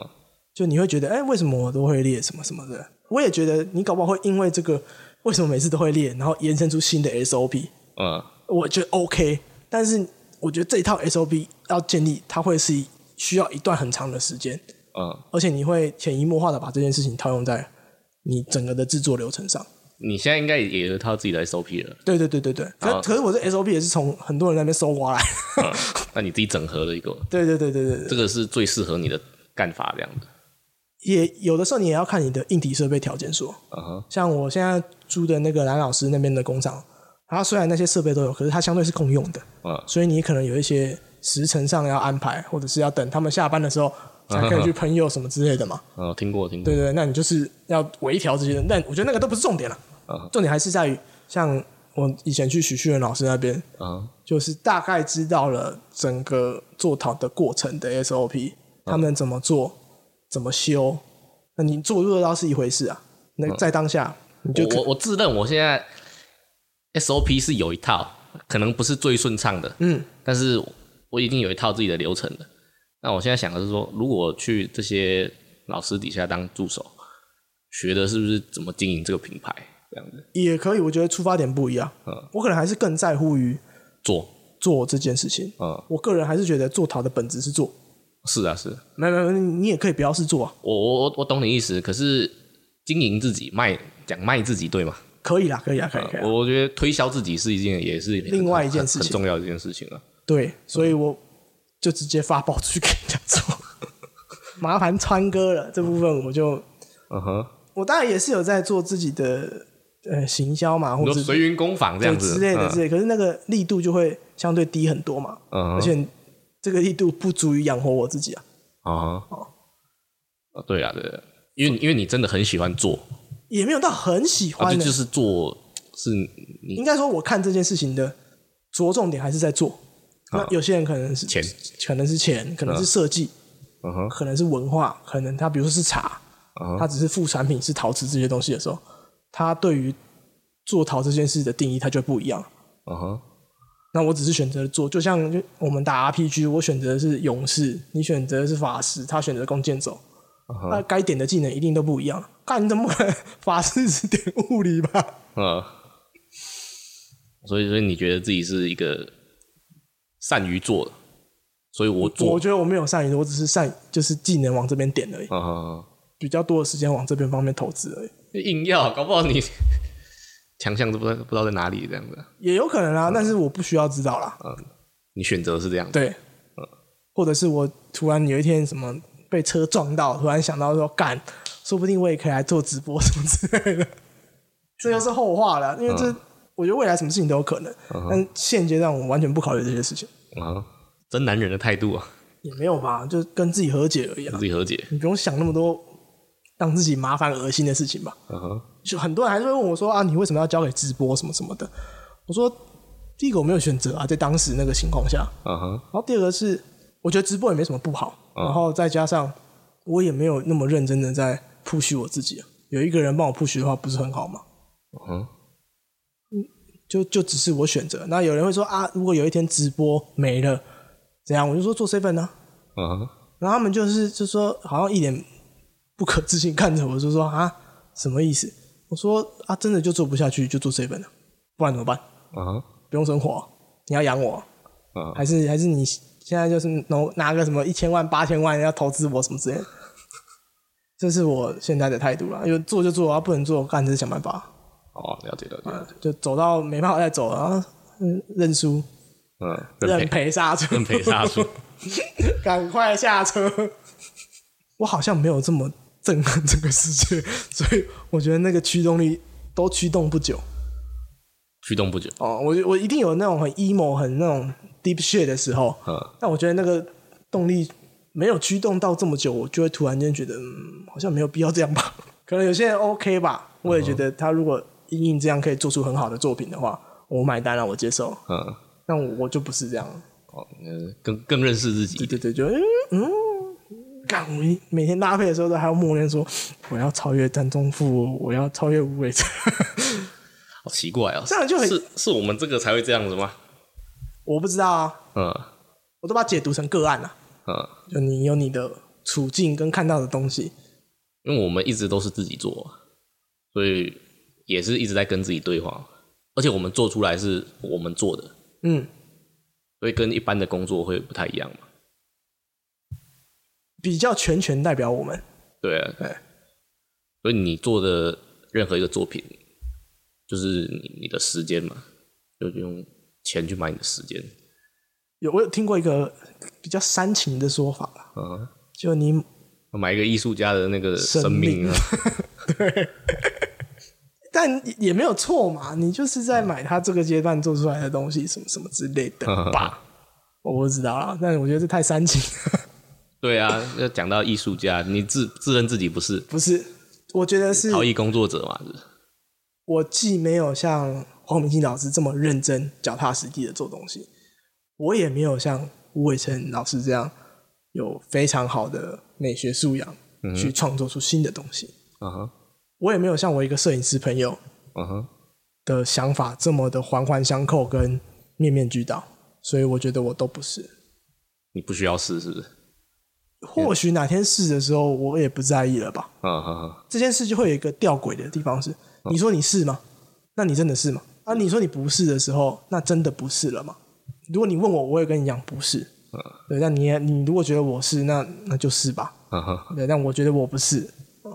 Speaker 2: 就你会觉得，哎、为什么我都会裂什么什么的？我也觉得你搞不好会因为这个为什么每次都会裂，然后延伸出新的 SOP，
Speaker 1: 嗯，
Speaker 2: 我觉得 OK，但是我觉得这一套 SOP 要建立，它会是需要一段很长的时间，
Speaker 1: 嗯，
Speaker 2: 而且你会潜移默化的把这件事情套用在你整个的制作流程上。
Speaker 1: 你现在应该也也有一套自己的 SOP 了，
Speaker 2: 对对对对对，可
Speaker 1: 好
Speaker 2: 可是我这 SOP 也是从很多人那边搜刮来。
Speaker 1: 嗯那你自己整合了一个，
Speaker 2: 对对对对对对，
Speaker 1: 这个是最适合你的干法这样的。
Speaker 2: 也有的时候你也要看你的硬体设备条件说，
Speaker 1: 嗯哼，
Speaker 2: 像我现在租的那个蓝老师那边的工厂，它虽然那些设备都有，可是它相对是共用的，
Speaker 1: 嗯，
Speaker 2: 所以你可能有一些时程上要安排，或者是要等他们下班的时候才可以去喷釉什么之类的嘛。
Speaker 1: 嗯，听过听过
Speaker 2: 对，对，那你就是要微调这些的。但我觉得那个都不是重点了
Speaker 1: 嗯哼，
Speaker 2: 重点还是在于像我以前去许旭文老师那边，
Speaker 1: 嗯，
Speaker 2: 就是大概知道了整个做陶的过程的
Speaker 1: 嗯
Speaker 2: SOP，他们怎么做，怎么修。那你做不做得到是一回事啊，那在当下你就
Speaker 1: 嗯我我我自认我现在 SOP 是有一套，可能不是最顺畅的，
Speaker 2: 嗯，
Speaker 1: 但是我已经有一套自己的流程了。那我现在想的是说，如果去这些老师底下当助手，学的是不是怎么经营这个品牌，这样子
Speaker 2: 也可以。我觉得出发点不一样，
Speaker 1: 嗯
Speaker 2: 我可能还是更在乎于
Speaker 1: 做？
Speaker 2: 做这件事情。
Speaker 1: 嗯，
Speaker 2: 我个人还是觉得做陶的本质是做，
Speaker 1: 是啊，是啊
Speaker 2: 没有没有，你你也可以不要是做啊，
Speaker 1: 我我我我懂你意思，可是经营自己卖讲卖自己对吗？呃
Speaker 2: 可以啦，可以啦，可以，可以啦
Speaker 1: 嗯我我觉得推销自己是一件也是很
Speaker 2: 啊另外一件事情
Speaker 1: 很很重要的一件事情啊。
Speaker 2: 对，所以我就直接发报出去给人家 做，麻烦川哥了。这部分我就
Speaker 1: 嗯哼，
Speaker 2: 我当然也是有在做自己的呃行销嘛，或
Speaker 1: 你
Speaker 2: 者
Speaker 1: 说
Speaker 2: 是
Speaker 1: 随云工坊这样子
Speaker 2: 之类的
Speaker 1: 嗯
Speaker 2: 之类的，可是那个力度就会相对低很多嘛，
Speaker 1: 嗯
Speaker 2: 而且这个力度不足以养活我自己啊，
Speaker 1: 啊，哦，对啊，对啊，因为因为你真的很喜欢做，
Speaker 2: 也没有到很喜
Speaker 1: 啊，
Speaker 2: 哦欢
Speaker 1: 就
Speaker 2: 的
Speaker 1: 就。是做是你
Speaker 2: 应该说，我看这件事情的着重点还是在做。那有些人可能是
Speaker 1: 啊钱，啊
Speaker 2: 可能是钱，可能是设计，
Speaker 1: 嗯哼，
Speaker 2: 可能是文化，可能他比如说是茶，
Speaker 1: 嗯
Speaker 2: 他只是副产品是陶瓷这些东西的时候，他对于做陶这件事的定义，他就不一样。
Speaker 1: 嗯哼，
Speaker 2: 那我只是选择做，就像就我们打 RPG，我选择的是勇士，你选择的是法师，他选择弓箭手，
Speaker 1: 啊
Speaker 2: 那该点的技能一定都不一样。干，你怎么可能 法师只点物理吧？
Speaker 1: 嗯，所以所以你觉得自己是一个善于做的，所以我
Speaker 2: 我
Speaker 1: 做，
Speaker 2: 觉得我没有善于，我只是善就是技能往这边点而已，
Speaker 1: 嗯哼，
Speaker 2: 比较多的时间往这边方面投资而已。
Speaker 1: 硬要，搞不好你 强项都不知道不知道在哪里这样子，
Speaker 2: 也有可能啊，但是我不需要知道啦。
Speaker 1: 你选择是这样，，
Speaker 2: 对，或者是我突然有一天什么被车撞到，突然想到说干，说不定我也可以来做直播什么之类的， 这又是后话了。因为这、我觉得未来什么事情都有可能，但现阶段我完全不考虑这些事情，
Speaker 1: 啊，真男人的态度啊，
Speaker 2: 也没有吧，就跟自己和解而已啦啊
Speaker 1: 跟。自己和解，
Speaker 2: 你不用想那么多让自己麻烦恶心的事情吧。
Speaker 1: 嗯哼，
Speaker 2: 就很多人还是会问我说啊，你为什么要交给直播什么什么的？我说第一个我没有选择啊，在当时那个情况下，
Speaker 1: 嗯哼，
Speaker 2: 然后第二个是，我觉得直播也没什么不好，
Speaker 1: 嗯
Speaker 2: 然后再加上我也没有那么认真的在 push 我自己啊。有一个人帮我 push 的话，不是很好吗？嗯
Speaker 1: 嗯哼，
Speaker 2: 就就只是我选择。那有人会说啊，如果有一天直播没了，怎样？我就说做 seven 啊呢、
Speaker 1: 嗯哼，
Speaker 2: 然后他们就是就说好像一脸不可置信看着我，就说啊什么意思？我说啊真的就做不下去，就做 seven 了、不然怎么办？
Speaker 1: 嗯哼，
Speaker 2: 不用生活啊、你要养我啊、
Speaker 1: 嗯
Speaker 2: 还是还是你现在就是拿拿个什么一千万、八千万要投资我什么之类的，这是我现在的态度啦。因为做就做啊，不能做干就是想办法，
Speaker 1: 哦，了解了解了解，
Speaker 2: 就走到没办法再走了，然后嗯认输，
Speaker 1: 嗯，
Speaker 2: 认赔杀出，
Speaker 1: 认赔杀出。
Speaker 2: 赶快下车。我好像没有这么震撼这个世界， 所以我觉得那个驱动力都驱动不久。
Speaker 1: 驱动不久，
Speaker 2: 哦，我我一定有那种很 emo、很那种 deep shit 的时候，
Speaker 1: 嗯，
Speaker 2: 但我觉得那个动力没有驱动到这么久，我就会突然间觉得，嗯，好像没有必要这样吧。 可能有些人 OK 吧，我也觉得他如果硬硬这样可以做出很好的作品的话，我买单了，我接受。
Speaker 1: 嗯，
Speaker 2: 但我我就不是这样，
Speaker 1: 哦，嗯更更认识自己
Speaker 2: 对，对对，就嗯嗯。干！我一每天搭配的时候都还要默念说：“我要超越张忠富，我要超越吴伟哲。
Speaker 1: 好奇怪哦，
Speaker 2: 这样就很
Speaker 1: 是是我们这个才会这样子吗？”
Speaker 2: 我不知道啊，
Speaker 1: 嗯
Speaker 2: 我都把它解读成个案了、啊
Speaker 1: 嗯，
Speaker 2: 就你有你的处境跟看到的东西，
Speaker 1: 因为我们一直都是自己做，所以也是一直在跟自己对话，而且我们做出来是我们做的，
Speaker 2: 嗯，
Speaker 1: 所以跟一般的工作会不太一样嘛。
Speaker 2: 比较全权代表我们。
Speaker 1: 对啊，
Speaker 2: 对，
Speaker 1: 所以你做的任何一个作品，就是你你的时间嘛，就用钱去买你的时间。
Speaker 2: 有我有听过一个比较煽情的说法啦，
Speaker 1: 嗯，
Speaker 2: 就你
Speaker 1: 买一个艺术家的那个
Speaker 2: 生
Speaker 1: 生
Speaker 2: 命
Speaker 1: 命啊，
Speaker 2: 但也没有错嘛，你就是在买他这个阶段做出来的东西，什么什么之类的吧。我不知道啦，但我觉得这太煽情了，
Speaker 1: 对啊，要讲到艺术家，你自自认自己不是
Speaker 2: 不是？我觉得是
Speaker 1: 陶艺工作者嘛？是
Speaker 2: 我既没有像黄明星老师这么认真、脚踏实地的做东西，我也没有像吴伟成老师这样有非常好的美学素养去创作出新的东西。
Speaker 1: 嗯哼，
Speaker 2: 我也没有像我一个摄影师朋友
Speaker 1: 嗯哼，
Speaker 2: 的想法这么的环环相扣跟面面俱到，所以我觉得我都不是。
Speaker 1: 你不需要试，是不是？
Speaker 2: 或许哪天试的时候，我也不在意了吧。
Speaker 1: 嗯哼哼，
Speaker 2: 这件事就会有一个吊诡的地方是：你说你是吗？那你真的是吗？啊，你说你不是的时候，那真的不是了吗？如果你问我，我也跟你讲不是。对，那你也你如果觉得我是，那那就是吧。
Speaker 1: 嗯哼，
Speaker 2: 对，但我觉得我不是。哦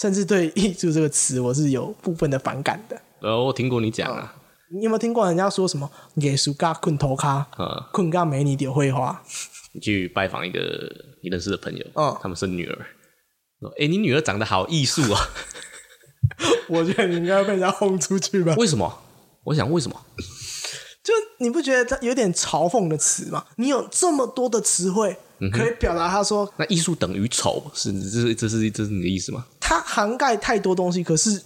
Speaker 2: 甚至对“艺术”这个词，我是有部分的反感的。
Speaker 1: 然后我听过你讲啊，
Speaker 2: 你有没有听过人家说什么“野叔嘎困头咖
Speaker 1: 嗯，
Speaker 2: 困咖没你的绘画
Speaker 1: 你去拜访一个你认识的朋友，
Speaker 2: 嗯
Speaker 1: 他们生女儿，说，哎，你女儿长得好艺术 啊，”？。
Speaker 2: 我觉得你应该被人家轰出去吧
Speaker 1: 为什么？我想为什么？
Speaker 2: 就你不觉得它有点嘲讽的词吗？你有这么多的词汇
Speaker 1: 嗯
Speaker 2: 可以表达，他说
Speaker 1: 那艺术等于丑，是这是这是这是你的意思吗？
Speaker 2: 它涵盖太多东西，可是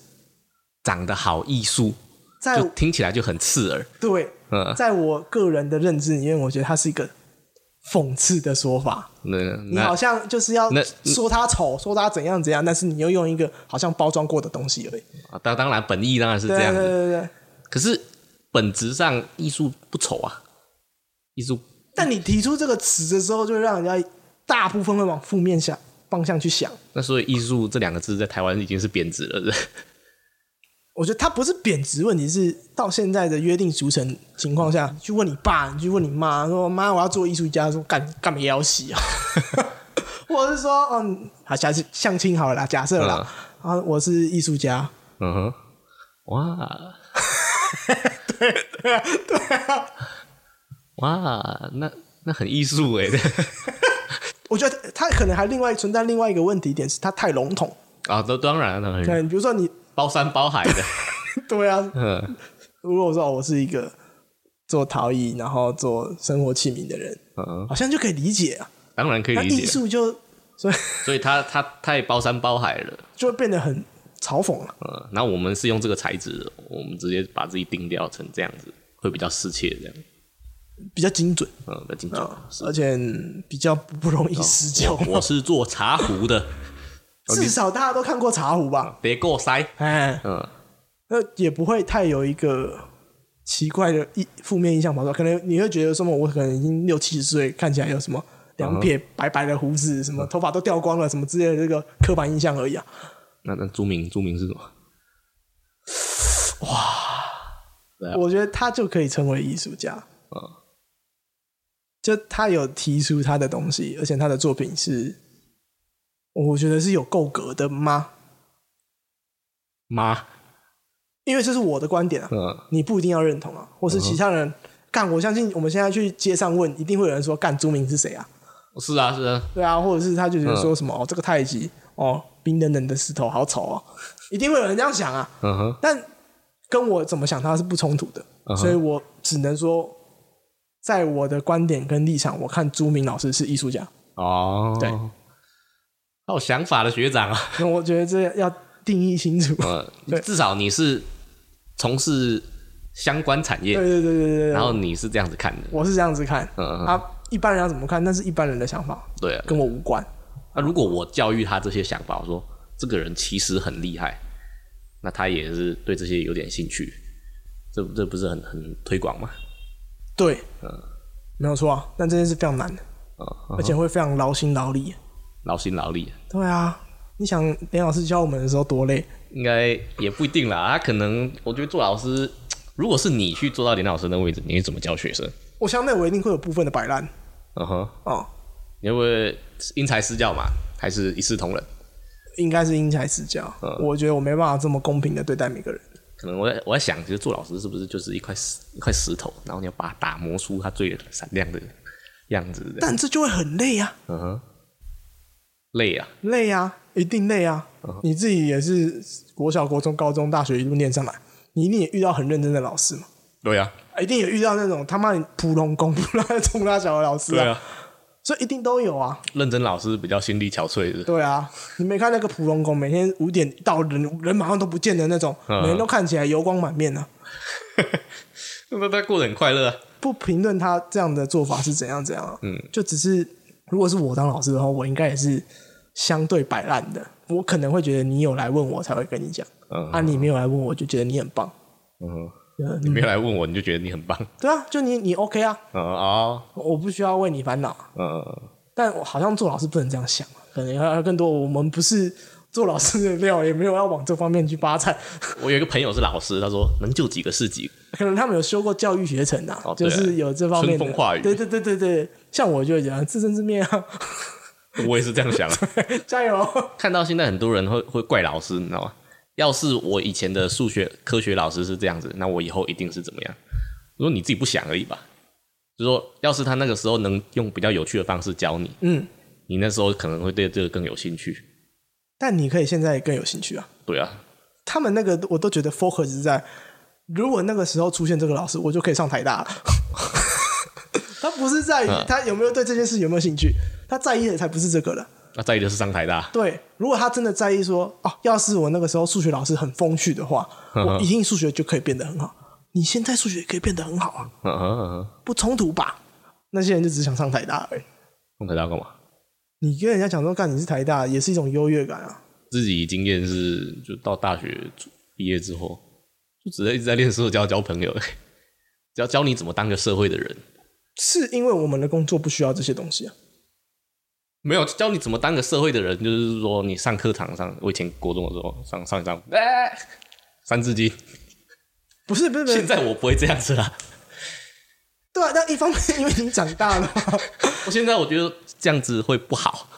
Speaker 1: 长得好艺术，
Speaker 2: 在
Speaker 1: 就听起来就很刺耳。
Speaker 2: 对，
Speaker 1: 嗯，
Speaker 2: 在我个人的认知里面，我觉得它是一个讽刺的说法。
Speaker 1: 那
Speaker 2: 你好
Speaker 1: 那
Speaker 2: 像就是要
Speaker 1: 那
Speaker 2: 说他丑，说他怎样怎样，但是你又用一个好像包装过的东西而已。
Speaker 1: 啊当当然本意当然是
Speaker 2: 对
Speaker 1: 这
Speaker 2: 对
Speaker 1: 样
Speaker 2: 对
Speaker 1: 子，
Speaker 2: 对对。
Speaker 1: 可是本质上艺术不丑啊，艺术
Speaker 2: 但你提出这个词的时候，就会让人家大部分会往负面想方向去想。
Speaker 1: 那所以艺术这两个字在台湾已经是贬值了，是
Speaker 2: 我觉得它不是贬值问题，是到现在的约定俗成情况下，你去问你爸，你去问你妈，说妈，我要做艺术家，说干干嘛也要洗啊？ 或者是说，嗯，好，下次相亲好了啦，假设啦，啊，我是艺术家，
Speaker 1: 嗯哼，哇，啊对对对、哇，那那很艺术哎、
Speaker 2: 我觉得它可能还另外存在另外一个问题点是它太笼统，
Speaker 1: 啊，都当然了，很
Speaker 2: 对，比如说你，
Speaker 1: 包山包海的，
Speaker 2: 对啊，
Speaker 1: 嗯
Speaker 2: 如果说哦我是一个做陶艺，然后做生活器皿的人，
Speaker 1: 嗯，
Speaker 2: 好像就可以理解啊，
Speaker 1: 当然可以
Speaker 2: 那
Speaker 1: 理
Speaker 2: 艺
Speaker 1: 解，
Speaker 2: 术就所以
Speaker 1: 所以他他太包山包海了，
Speaker 2: 就会变得很嘲讽啊了。
Speaker 1: 嗯，然后我们是用这个材质，我们直接把自己定掉成这样子，会比较适切这样，
Speaker 2: 比较精准，
Speaker 1: 嗯，比较精准。是
Speaker 2: 啊而且比较不容易失焦嘛。
Speaker 1: 哦我我是做茶壶的， 哦
Speaker 2: 至少大家都看过茶壶吧？
Speaker 1: 别过塞，
Speaker 2: 哎，
Speaker 1: 嗯，
Speaker 2: 那也不会太有一个奇怪的印负面印象跑出来。可能你会觉得说，我可能已经六七十岁，看起来有什么两
Speaker 1: 嗯
Speaker 2: 撇白白的胡子，什么头发都掉光了，什么之类的这个刻板印象而已啊。
Speaker 1: 那那朱明朱明是什么？啊
Speaker 2: 我觉得他就可以成为艺术家，
Speaker 1: 嗯
Speaker 2: 就他有提出他的东西，而且他的作品是，我觉得是有够格的吗？
Speaker 1: 妈，
Speaker 2: 因为这是我的观点啊。
Speaker 1: 嗯，
Speaker 2: 你不一定要认同啊，或是其他人干。我相信我们现在去街上问，一定会有人说干朱明是谁啊？
Speaker 1: 是啊是啊，
Speaker 2: 对啊，或者是他就觉得说什么、哦，这个太极哦，冰冷冷的石头好丑哦，一定会有人这样想啊。
Speaker 1: 嗯哼，
Speaker 2: 但跟我怎么想它是不冲突的，
Speaker 1: 嗯哼
Speaker 2: 所以我只能说，在我的观点跟立场，我看朱明老师是艺术家，
Speaker 1: 哦，
Speaker 2: 对，
Speaker 1: 好有想法的学长啊，
Speaker 2: 那我觉得这要定义清楚。
Speaker 1: 呃
Speaker 2: 对，
Speaker 1: 至少你是从事相关产业
Speaker 2: 对，啊对对对对对，
Speaker 1: 然后你是这样子看的，
Speaker 2: 我是这样子看，
Speaker 1: 嗯嗯嗯
Speaker 2: 啊，一般人要怎么看，那是一般人的想法，
Speaker 1: 对啊。
Speaker 2: 跟我无关。
Speaker 1: 那如果我教育他这些想法，我说这个人其实很厉害，那他也是对这些有点兴趣，这这不是很很推广吗？
Speaker 2: 对，没有错啊，但这件事非常难的，
Speaker 1: 嗯啊、
Speaker 2: 而且会非常劳心劳力。
Speaker 1: 劳心劳力，
Speaker 2: 对啊，你想连老师教我们的时候多累，
Speaker 1: 应该也不一定啦。他可能，我觉得做老师，如果是你去做到林老师那位置，你会怎么教学生？
Speaker 2: 我相信我一定会有部分的摆烂
Speaker 1: 嗯哼，
Speaker 2: 哦，
Speaker 1: 你会不会因材施教嘛？还是一视同仁？
Speaker 2: 应该是因材施教。
Speaker 1: 嗯
Speaker 2: 我觉得我没办法这么公平的对待每个人。
Speaker 1: 可能我在我在想，其实做老师是不是就是一块石一块石头，然后你要把它打磨出它最闪亮的样子？
Speaker 2: 但这就会很累啊，
Speaker 1: 嗯哼，累啊，
Speaker 2: 累啊，一定累啊！
Speaker 1: 嗯
Speaker 2: 你自己也是国小、国中、高中、大学一路念上来，你一定也遇到很认真的老师嘛，
Speaker 1: 对啊，
Speaker 2: 一定也遇到那种他妈普通公普拉冲拉小的老师
Speaker 1: 对
Speaker 2: 啊，
Speaker 1: 啊，
Speaker 2: 所以一定都有啊。
Speaker 1: 认真老师比较心力憔悴的，
Speaker 2: 对啊，你没看那个普龙宫，每天五点到人人马上都不见的那种，
Speaker 1: 嗯
Speaker 2: 每天都看起来油光满面呢、啊。
Speaker 1: 那他过得很快 乐、啊。
Speaker 2: 不评论他这样的做法是怎样怎样、啊，嗯，就只是如果是我当老师的话，我应该也是相对摆烂的。我可能会觉得你有来问我才会跟你讲，
Speaker 1: 嗯
Speaker 2: 啊，你没有来问我就觉得你很棒，
Speaker 1: 嗯哼，
Speaker 2: 嗯
Speaker 1: 你没有来问我，你就觉得你很棒。
Speaker 2: 对啊，就你你 OK 啊，
Speaker 1: 嗯哦，
Speaker 2: 我不需要为你烦恼啊。
Speaker 1: 嗯，
Speaker 2: 但我好像做老师不能这样想啊，可能要要更多。我们不是做老师的料，也没有要往这方面去发展。
Speaker 1: 我有一个朋友是老师，他说能救几个是几个。
Speaker 2: 可能他们有修过教育学程啊，
Speaker 1: 哦对
Speaker 2: 就
Speaker 1: 啊
Speaker 2: 是有这方面的。
Speaker 1: 春风化雨
Speaker 2: 对对对对对，像我就会讲自生自灭啊， 哦
Speaker 1: 我也是这样想。
Speaker 2: 加油！
Speaker 1: 看到现在很多人会会怪老师，你知道吗？要是我以前的数学科学老师是这样子，那我以后一定是怎么样？如果你自己不想而已吧，就说要是他那个时候能用比较有趣的方式教你，
Speaker 2: 嗯，
Speaker 1: 你那时候可能会对这个更有兴趣。
Speaker 2: 但你可以现在更有兴趣啊。
Speaker 1: 对啊，
Speaker 2: 他们那个我都觉得 focus 是在，如果那个时候出现这个老师，我就可以上台大了。 他不是在于
Speaker 1: 嗯
Speaker 2: 他有没有对这件事有没有兴趣，他在意的才不是这个了。
Speaker 1: 那再一个是上台大，
Speaker 2: 对，如果他真的在意说，哦，要是我那个时候数学老师很风趣的话，
Speaker 1: 嗯
Speaker 2: 我一定数学就可以变得很好。你现在数学也可以变得很好啊，
Speaker 1: 嗯哼嗯哼，
Speaker 2: 不冲突吧？那些人就只想上台大而已。
Speaker 1: 上台大干嘛？
Speaker 2: 你跟人家讲说，干你是台大，也是一种优越感啊。
Speaker 1: 自己经验是，就到大学毕业之后，就只是一直在练社交、交朋友， 只要教你怎么当个社会的人，
Speaker 2: 是因为我们的工作不需要这些东西啊。
Speaker 1: 没有教你怎么当个社会的人，就是说你上课堂上，我以前国中的时候上上一上，哎、三字经。
Speaker 2: 不是不是不
Speaker 1: 现
Speaker 2: 是，
Speaker 1: 在我不会这样子啦，
Speaker 2: 对啊，但一方面因为你长大 了嘛，
Speaker 1: 我现在我觉得这样子会不好。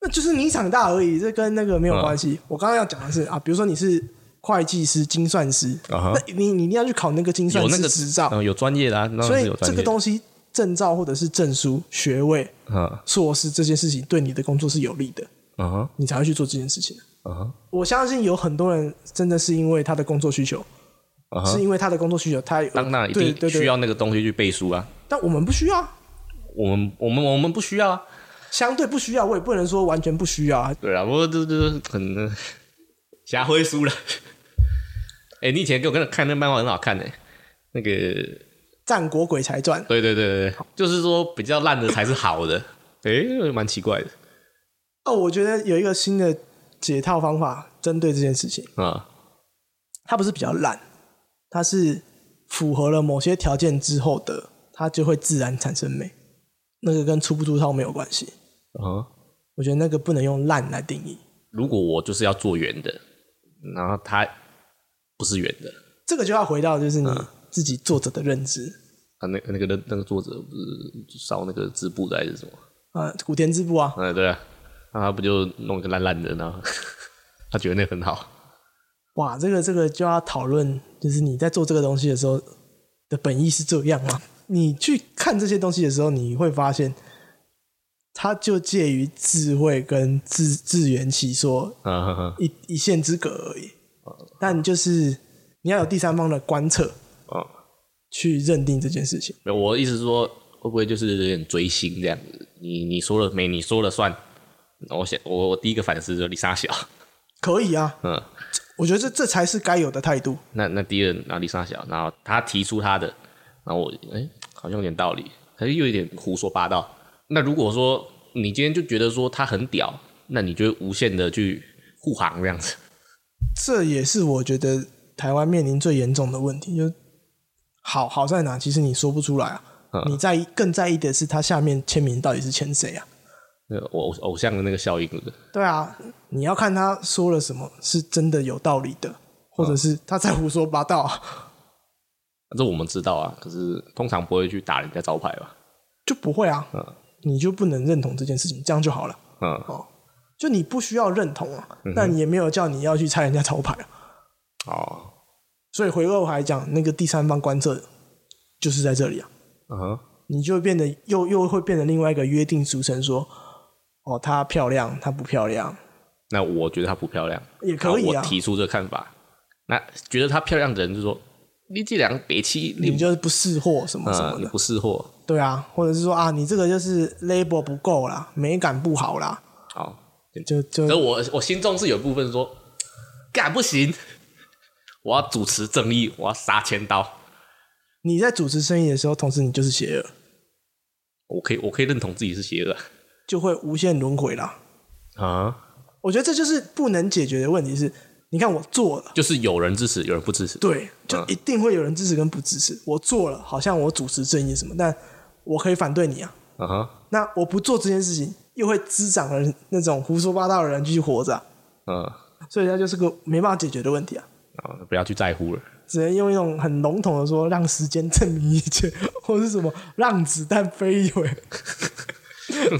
Speaker 2: 那就是你长大而已，这跟那个没有关系。我刚刚要讲的是啊，比如说你是会计师、精算师，
Speaker 1: 啊哈
Speaker 2: 那你你一定要去考那个精算
Speaker 1: 有那
Speaker 2: 师
Speaker 1: 个
Speaker 2: 执照，
Speaker 1: 嗯，有专业的啊，那
Speaker 2: 所
Speaker 1: 是
Speaker 2: 以
Speaker 1: 有专
Speaker 2: 这
Speaker 1: 业
Speaker 2: 个
Speaker 1: 的。
Speaker 2: 东西证照或者是证书、学位、
Speaker 1: 嗯
Speaker 2: 硕士这件事情对你的工作是有利的，
Speaker 1: 嗯哼
Speaker 2: 你才会去做这件事情。
Speaker 1: 嗯哼
Speaker 2: 我相信有很多人真的是因为他的工作需求，
Speaker 1: 嗯
Speaker 2: 是
Speaker 1: 哼，
Speaker 2: 因为他的工作需求，他有
Speaker 1: 当然一
Speaker 2: 对
Speaker 1: 定
Speaker 2: 对
Speaker 1: 需
Speaker 2: 对，
Speaker 1: 要那个东西去背书啊。
Speaker 2: 但我们不需要，
Speaker 1: 我们我们我们不需要啊。
Speaker 2: 相对不需要，我也不能说完全不需要啊。
Speaker 1: 对啊，不过这这很瞎灰书了。 哎、你以前给我看看那漫画很好看的、那个
Speaker 2: 战国鬼才传，
Speaker 1: 对对对对对，就是说比较烂的才是好 的，哎、蛮奇怪的
Speaker 2: 哦，我觉得有一个新的解套方法，针对这件事情，
Speaker 1: 啊。
Speaker 2: 它不是比较烂，它是符合了某些条件之后的，它就会自然产生美。那个跟出不出套没有关系，
Speaker 1: 啊，
Speaker 2: 我觉得那个不能用烂来定义，
Speaker 1: 如果我就是要做圆的，然后它不是圆的，
Speaker 2: 这个就要回到就是你
Speaker 1: 嗯
Speaker 2: 自己作者的认知。
Speaker 1: 他啊那那个那那个作者不是烧那个织布的还是什么？
Speaker 2: 呃，古田织布啊，
Speaker 1: 嗯，对啊，那他不就弄一个烂烂的， 然后他觉得那个很好。
Speaker 2: 哇，这个这个就要讨论，就是你在做这个东西的时候的本意是这样吗？你去看这些东西的时候，你会发现它就介于智慧跟自自圆其说
Speaker 1: 嗯哼哼，
Speaker 2: 一一线之隔而已。但就是你要有第三方的观测
Speaker 1: 嗯，
Speaker 2: 去认定这件事情。
Speaker 1: 没有我的意思是说，会不会就是有点追星这样子？你你说了没？你说了算。我想，我我第一个反思就是你傻小，
Speaker 2: 可以啊，
Speaker 1: 嗯，
Speaker 2: 我觉得这这才是该有的态度。
Speaker 1: 那那第二，然后李尚小，然后他提出他的，然后我哎、好像有点道理，可是又有点胡说八道。那如果说你今天就觉得说他很屌，那你就会无限的去护航这样子。
Speaker 2: 这也是我觉得台湾面临最严重的问题，就是好好在哪，其实你说不出来啊。
Speaker 1: 嗯
Speaker 2: 你在意更在意的是他下面签名到底是签谁啊？
Speaker 1: 那个偶偶像的那个效应，对不对
Speaker 2: 对啊，你要看他说了什么是真的有道理的，或者
Speaker 1: 嗯
Speaker 2: 是他在胡说八道啊，
Speaker 1: 这我们知道啊，可是通常不会去打人家招牌吧？
Speaker 2: 就不会啊
Speaker 1: 嗯。
Speaker 2: 你就不能认同这件事情，这样就好了。哦
Speaker 1: 嗯，
Speaker 2: 就你不需要认同啊，那你也没有叫你要去拆人家招牌啊。
Speaker 1: 哦，
Speaker 2: 所以回过头来讲，那个第三方观测就是在这里啊，
Speaker 1: 嗯哼，
Speaker 2: 你就会变得又又会变成另外一个约定俗成说，哦，她漂亮，她不漂亮，
Speaker 1: 那我觉得她不漂亮，
Speaker 2: 也可以啊
Speaker 1: 然后我提出这个看法，那觉得她漂亮的人就说你这两个北七，
Speaker 2: 你
Speaker 1: 你
Speaker 2: 就是不识货什么什
Speaker 1: 呃
Speaker 2: 么
Speaker 1: 你
Speaker 2: 的，
Speaker 1: 不识货，
Speaker 2: 对啊，或者是说啊，你这个就是 label 不够啦，美感不好啦，
Speaker 1: 好，
Speaker 2: 就就
Speaker 1: 可是我我心中是有一部分说，干不行，我要主持正义，我要杀千刀，
Speaker 2: 你在主持生意的时候，同时你就是邪恶，
Speaker 1: 我可以我可以认同自己是邪恶
Speaker 2: 就会无限轮回啦。
Speaker 1: 啊，
Speaker 2: 我觉得这就是不能解决的问题是，你看我做了，
Speaker 1: 就是有人支持，有人不支持，
Speaker 2: 对，就一定会有人支持跟不支持。我做了，好像我主持正义什么，但我可以反对你啊。
Speaker 1: 嗯哼，
Speaker 2: 那我不做这件事情，又会滋长了那种胡说八道的人继续活着啊、
Speaker 1: 嗯，
Speaker 2: 所以它就是个没办法解决的问题啊。
Speaker 1: 啊，不要去在乎了，
Speaker 2: 只能用一种很笼统的说，让时间证明一切，或是什么让子弹飞一回。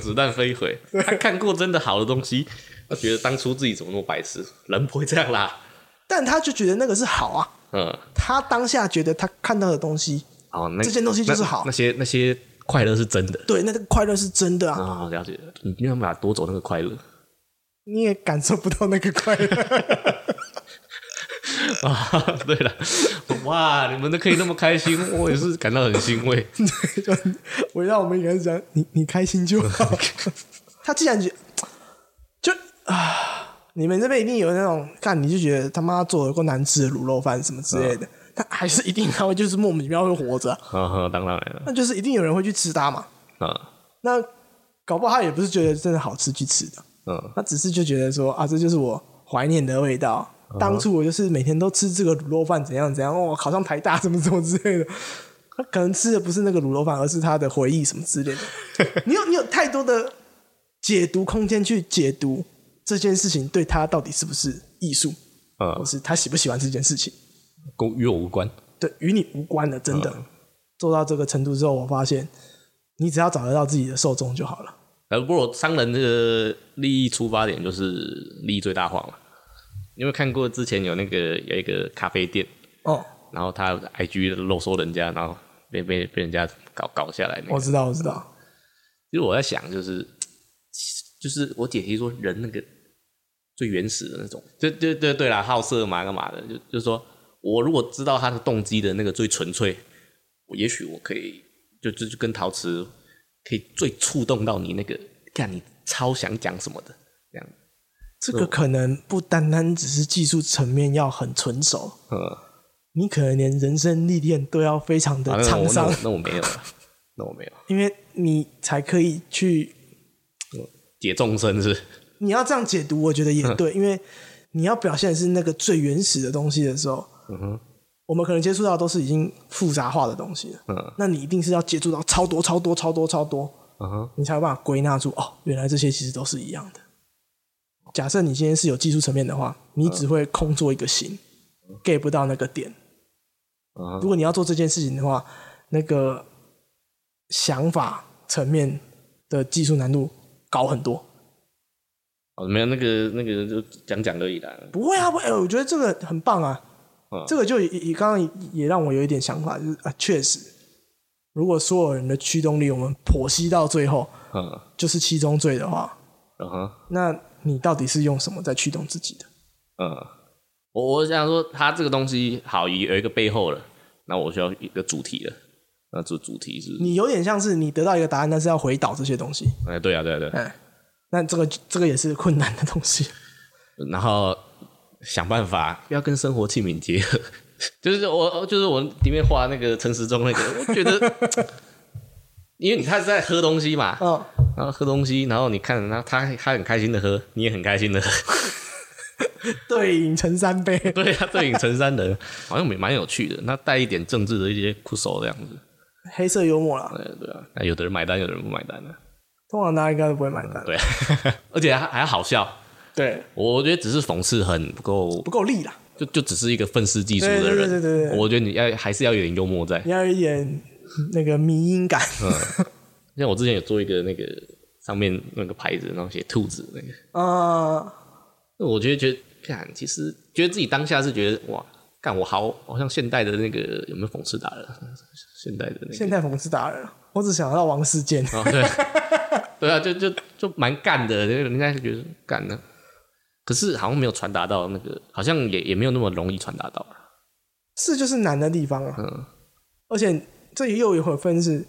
Speaker 1: 子弹飞一回，他看过真的好的东西，他觉得当初自己怎么那么白痴，人不会这样啦，
Speaker 2: 但他就觉得那个是好啊，
Speaker 1: 嗯，
Speaker 2: 他当下觉得他看到的东西，
Speaker 1: 好，哦那
Speaker 2: 这件东西就是
Speaker 1: 那
Speaker 2: 好
Speaker 1: 那些那些快乐是真的
Speaker 2: 对，那个快乐是真的啊，
Speaker 1: 啊，了解了，你没有办法夺走那个快乐。
Speaker 2: 你也感受不到那个快乐。
Speaker 1: 啊，对了，哇，你们都可以那么开心，我也是感到很欣慰。
Speaker 2: 对， 就围绕我们一个人讲，你你开心就好。他既然觉就啊，你们这边一定有那种干，你就觉得他妈做了够难吃的卤肉饭什么之类的，他还是一定他会就是莫名其妙会活着啊、
Speaker 1: 啊哈，当然了，
Speaker 2: 那就是一定有人会去吃它嘛。
Speaker 1: 啊，
Speaker 2: 那搞不好他也不是觉得真的好吃去吃的，
Speaker 1: 嗯，
Speaker 2: 他只是就觉得说啊，这就是我怀念的味道。当初我就是每天都吃这个卤肉饭，怎样怎样哦，考上台大什么什么之类的。他可能吃的不是那个卤肉饭，而是他的回忆什么之类的。你有你有太多的解读空间去解读这件事情对他到底是不是艺术，
Speaker 1: 呃
Speaker 2: 或，是他喜不喜欢这件事情，
Speaker 1: 跟与我无关。
Speaker 2: 对，与你无关的。真的做到这个程度之后，我发现你只要找得到自己的受众就好了。
Speaker 1: 呃，不过商人这个利益出发点就是利益最大化嘛。你有没有看过之前有那个有一个咖啡店，
Speaker 2: 哦，
Speaker 1: 然后他 IG 漏收人家，然后被被被人家搞搞下来、那个
Speaker 2: 我知道，我知道。
Speaker 1: 其实我在想，就是就是我姐姐说人那个最原始的那种，对对对对啦，好色嘛干嘛的，就就是说我如果知道他的动机的那个最纯粹，我也许我可以就就就跟陶瓷可以最触动到你那个，看你超想讲什么的这样，
Speaker 2: 这个可能不单单只是技术层面要很纯熟，
Speaker 1: 嗯，
Speaker 2: 你可能连人生历练都要非常
Speaker 1: 啊
Speaker 2: 的
Speaker 1: 那
Speaker 2: 沧
Speaker 1: 我那
Speaker 2: 桑
Speaker 1: 我，那我没有了，那我没有，
Speaker 2: 因为你才可以去。
Speaker 1: 解众生是
Speaker 2: 你要这样解读，我觉得也对，因为你要表现的是那个最原始的东西的时候，
Speaker 1: 嗯
Speaker 2: 我们可能接触到的都是已经复杂化的东西了。
Speaker 1: 嗯
Speaker 2: 那你一定是要接触到超多、超多、超多、超多，
Speaker 1: 嗯哼
Speaker 2: 你才有办法归纳出哦，原来这些其实都是一样的。假设你今天是有技术层面的话，你只会空做一个形，get 不到那个点。
Speaker 1: 嗯哼
Speaker 2: 如果你要做这件事情的话，那个想法层面的技术难度高很多。
Speaker 1: 哦没有那个那个就讲讲而已啦，
Speaker 2: 不会啊，不会、哎我觉得这个很棒啊，
Speaker 1: 嗯
Speaker 2: 这个就也也刚刚也让我有一点想法，就是啊，确实，如果所有人的驱动力我们剖析到最后，
Speaker 1: 嗯
Speaker 2: 就是七宗罪的话，
Speaker 1: 嗯哼
Speaker 2: 那你到底是用什么在驱动自己的？
Speaker 1: 嗯，我我想说，它这个东西好有一个背后了，那我需要一个主题了。那这主题是，
Speaker 2: 你有点像是你得到一个答案，但是要回导这些东西，
Speaker 1: 哎，对啊，对啊，对啊。
Speaker 2: 哎，那这个这个也是困难的东西。
Speaker 1: 然后想办法要跟生活器皿结合。 就是我，就是我里面画那个陈时中那个，我觉得，因为你看是在喝东西嘛，
Speaker 2: 嗯，
Speaker 1: 然后喝东西，然后你看，然后他他很开心的喝，你也很开心的喝，
Speaker 2: 对影成三杯，
Speaker 1: 对啊，对影成三人，好像也蛮有趣的。那带一点政治的一些酷手这样子，
Speaker 2: 黑色幽默啦，
Speaker 1: 对对啊，那有的人买单，有的人不买单啊的、
Speaker 2: 通常大家应该都不会买单。
Speaker 1: 对啊，而且还还好笑。
Speaker 2: 对，
Speaker 1: 我觉得只是讽刺很不够，
Speaker 2: 不够力啦，
Speaker 1: 就就只是一个愤世嫉俗
Speaker 2: 对
Speaker 1: 的
Speaker 2: 对
Speaker 1: 人。
Speaker 2: 对对对
Speaker 1: 我觉得你要还是要有点幽默在。
Speaker 2: 你要有一点那个迷音感。
Speaker 1: 像我之前有做一个那个上面那个牌子，然后写兔子那个，
Speaker 2: 啊，
Speaker 1: 那我觉得觉得看，其实觉得自己当下是觉得哇，干我好好像现代的那个有没有讽刺达人？现代的那个
Speaker 2: 现代讽刺达人，啊我只想到王世坚。
Speaker 1: 啊、对对啊，就就就蛮干的，就人家就觉得干的，可是好像没有传达到那个，好像也也没有那么容易传达到。
Speaker 2: 是就是难的地方啊。
Speaker 1: 嗯
Speaker 2: 而且这里又有一会分是，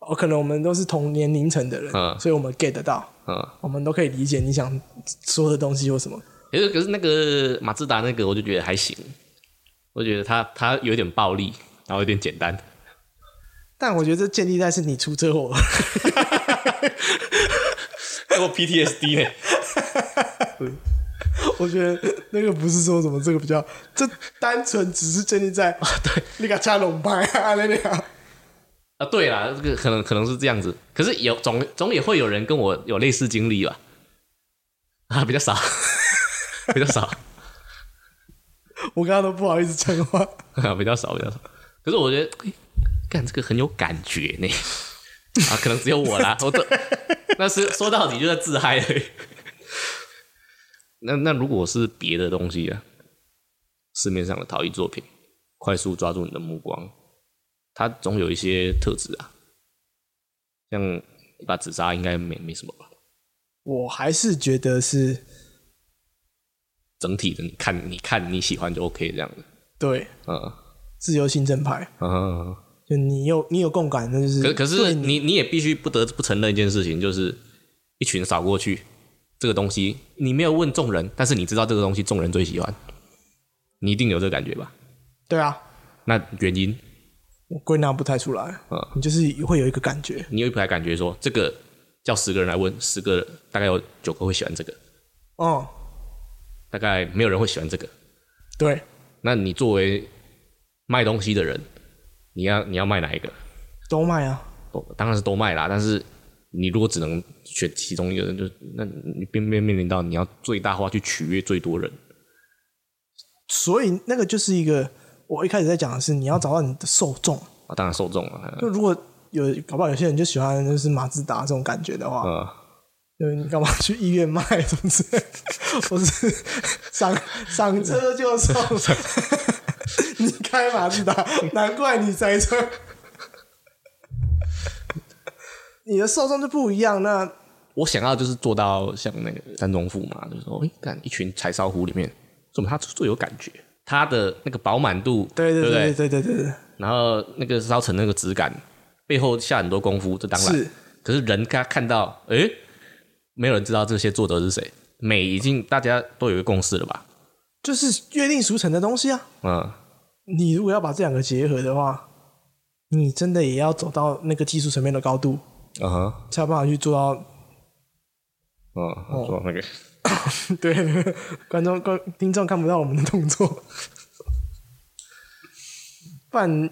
Speaker 2: 哦，可能我们都是同年龄层的人，
Speaker 1: 嗯
Speaker 2: 所以我们 get 得到，
Speaker 1: 嗯，
Speaker 2: 我们都可以理解你想说的东西或什么。
Speaker 1: 可是可是那个马自达那个，我就觉得还行，我觉得他他有点暴力，然后有点简单。
Speaker 2: 但我觉得这建立在是你出车祸，
Speaker 1: 我 PTSD 呢？
Speaker 2: 我觉得那个不是说什么这个比较，这单纯只是建立在对你给加龙派啊那俩，
Speaker 1: 啊，对啦，这个可能可能是这样子，可是有总总也会有人跟我有类似经历吧？啊，比较少， 比较少，
Speaker 2: 我刚刚都不好意思讲话。
Speaker 1: 啊， 比较少，比较少。可是我觉得，诶干这个很有感觉呢。 啊，可能只有我啦， 我这那是说到底就在自嗨而已。 那那如果是别的东西啊，市面上的陶艺作品，快速抓住你的目光，它总有一些特质啊，像一把紫砂应该没没什么吧。
Speaker 2: 我还是觉得是
Speaker 1: 整体的你看你看你喜欢就 OK 这样子。
Speaker 2: 对
Speaker 1: 嗯
Speaker 2: 自由性正派，
Speaker 1: 嗯，
Speaker 2: 就你有你有共感，那就是
Speaker 1: 可可
Speaker 2: 对
Speaker 1: 是你你也必须不得不承认一件事情，就是一群扫过去这个东西，你没有问众人，但是你知道这个东西众人最喜欢，你一定有这个感觉吧？
Speaker 2: 对啊，
Speaker 1: 那原因，
Speaker 2: 我归纳不太出来，
Speaker 1: 嗯
Speaker 2: 你就是会有一个感觉，
Speaker 1: 你有一排感觉说这个叫十个人来问，十个人大概有九个会喜欢这个，
Speaker 2: 哦、
Speaker 1: 大概没有人会喜欢这个。
Speaker 2: 对，
Speaker 1: 那你作为卖东西的人，你要你要卖哪一个？
Speaker 2: 都卖啊，
Speaker 1: 都当然是都卖啦，但是你如果只能选其中一个人，就那你面面面临到你要最大化去取悦最多人，
Speaker 2: 所以那个就是一个我一开始在讲的是你要找到你的受众，
Speaker 1: 啊，当然受众了，
Speaker 2: 就如果有搞不好有些人就喜欢就是马自达这种感觉的话，
Speaker 1: 呃，
Speaker 2: 就是你干嘛去医院卖什么之类的， 我是上上车就送， 你开马自达，难怪你塞车，你的受众就不一样，那
Speaker 1: 我想要就是做到像那个山中富嘛，就是说，哎、看一群柴烧壶里面，怎么他最有感觉，他的那个饱满度，
Speaker 2: 对对
Speaker 1: 不
Speaker 2: 对对对对对，
Speaker 1: 然后那个烧成那个质感，背后下很多功夫，这当然
Speaker 2: 是
Speaker 1: 可是人他看到，哎、没有人知道这些作者是谁，美已经大家都有一个共识了吧？
Speaker 2: 就是约定俗成的东西啊。
Speaker 1: 嗯。
Speaker 2: 你如果要把这两个结合的话，你真的也要走到那个技术层面的高度，
Speaker 1: 嗯哼，
Speaker 2: 才有办法去做到。
Speaker 1: 嗯，做那个，
Speaker 2: 对，观众观听众看不到我们的动作， 不然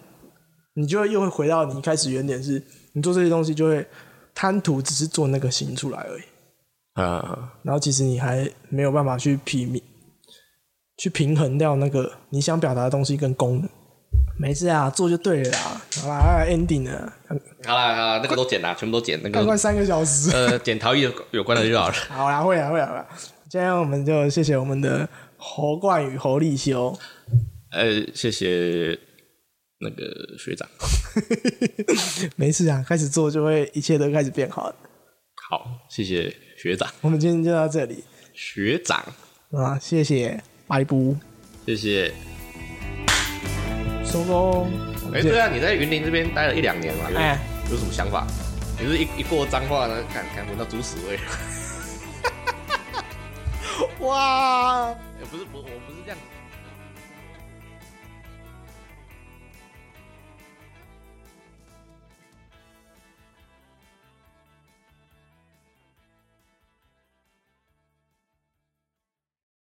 Speaker 2: 你就会又会回到你一开始原点是，你做这些东西就会贪图只是做那个形出来而已，
Speaker 1: 啊，
Speaker 2: 然后其实你还没有办法去匹明去平衡掉那个你想表达的东西跟功能。没事啊，做就对了啦。好啦啊，ending 了，
Speaker 1: 好啦好啦，那个都剪啦，全部都剪那
Speaker 2: 看快
Speaker 1: 个
Speaker 2: 三个小时。
Speaker 1: 呃，剪陶艺有关的就好了。
Speaker 2: 好啦，会啦，会啦，会啦。今天我们就谢谢我们的侯冠宇、侯立修，
Speaker 1: 呃，谢谢那个学长，
Speaker 2: 没事啊，开始做就会一切都开始变好了。
Speaker 1: 好，谢谢学长，
Speaker 2: 我们今天就到这里
Speaker 1: 学长，
Speaker 2: 啊，谢谢，拜拜，
Speaker 1: 谢谢。
Speaker 2: 收工。
Speaker 1: 哎、对啊，你在云林这边待了一两年嘛，
Speaker 2: 哎
Speaker 1: 哎，有什么想法？你是一一过脏话呢，看看闻到猪屎味。
Speaker 2: 哇。
Speaker 1: 哎、不是，不，我不是这样。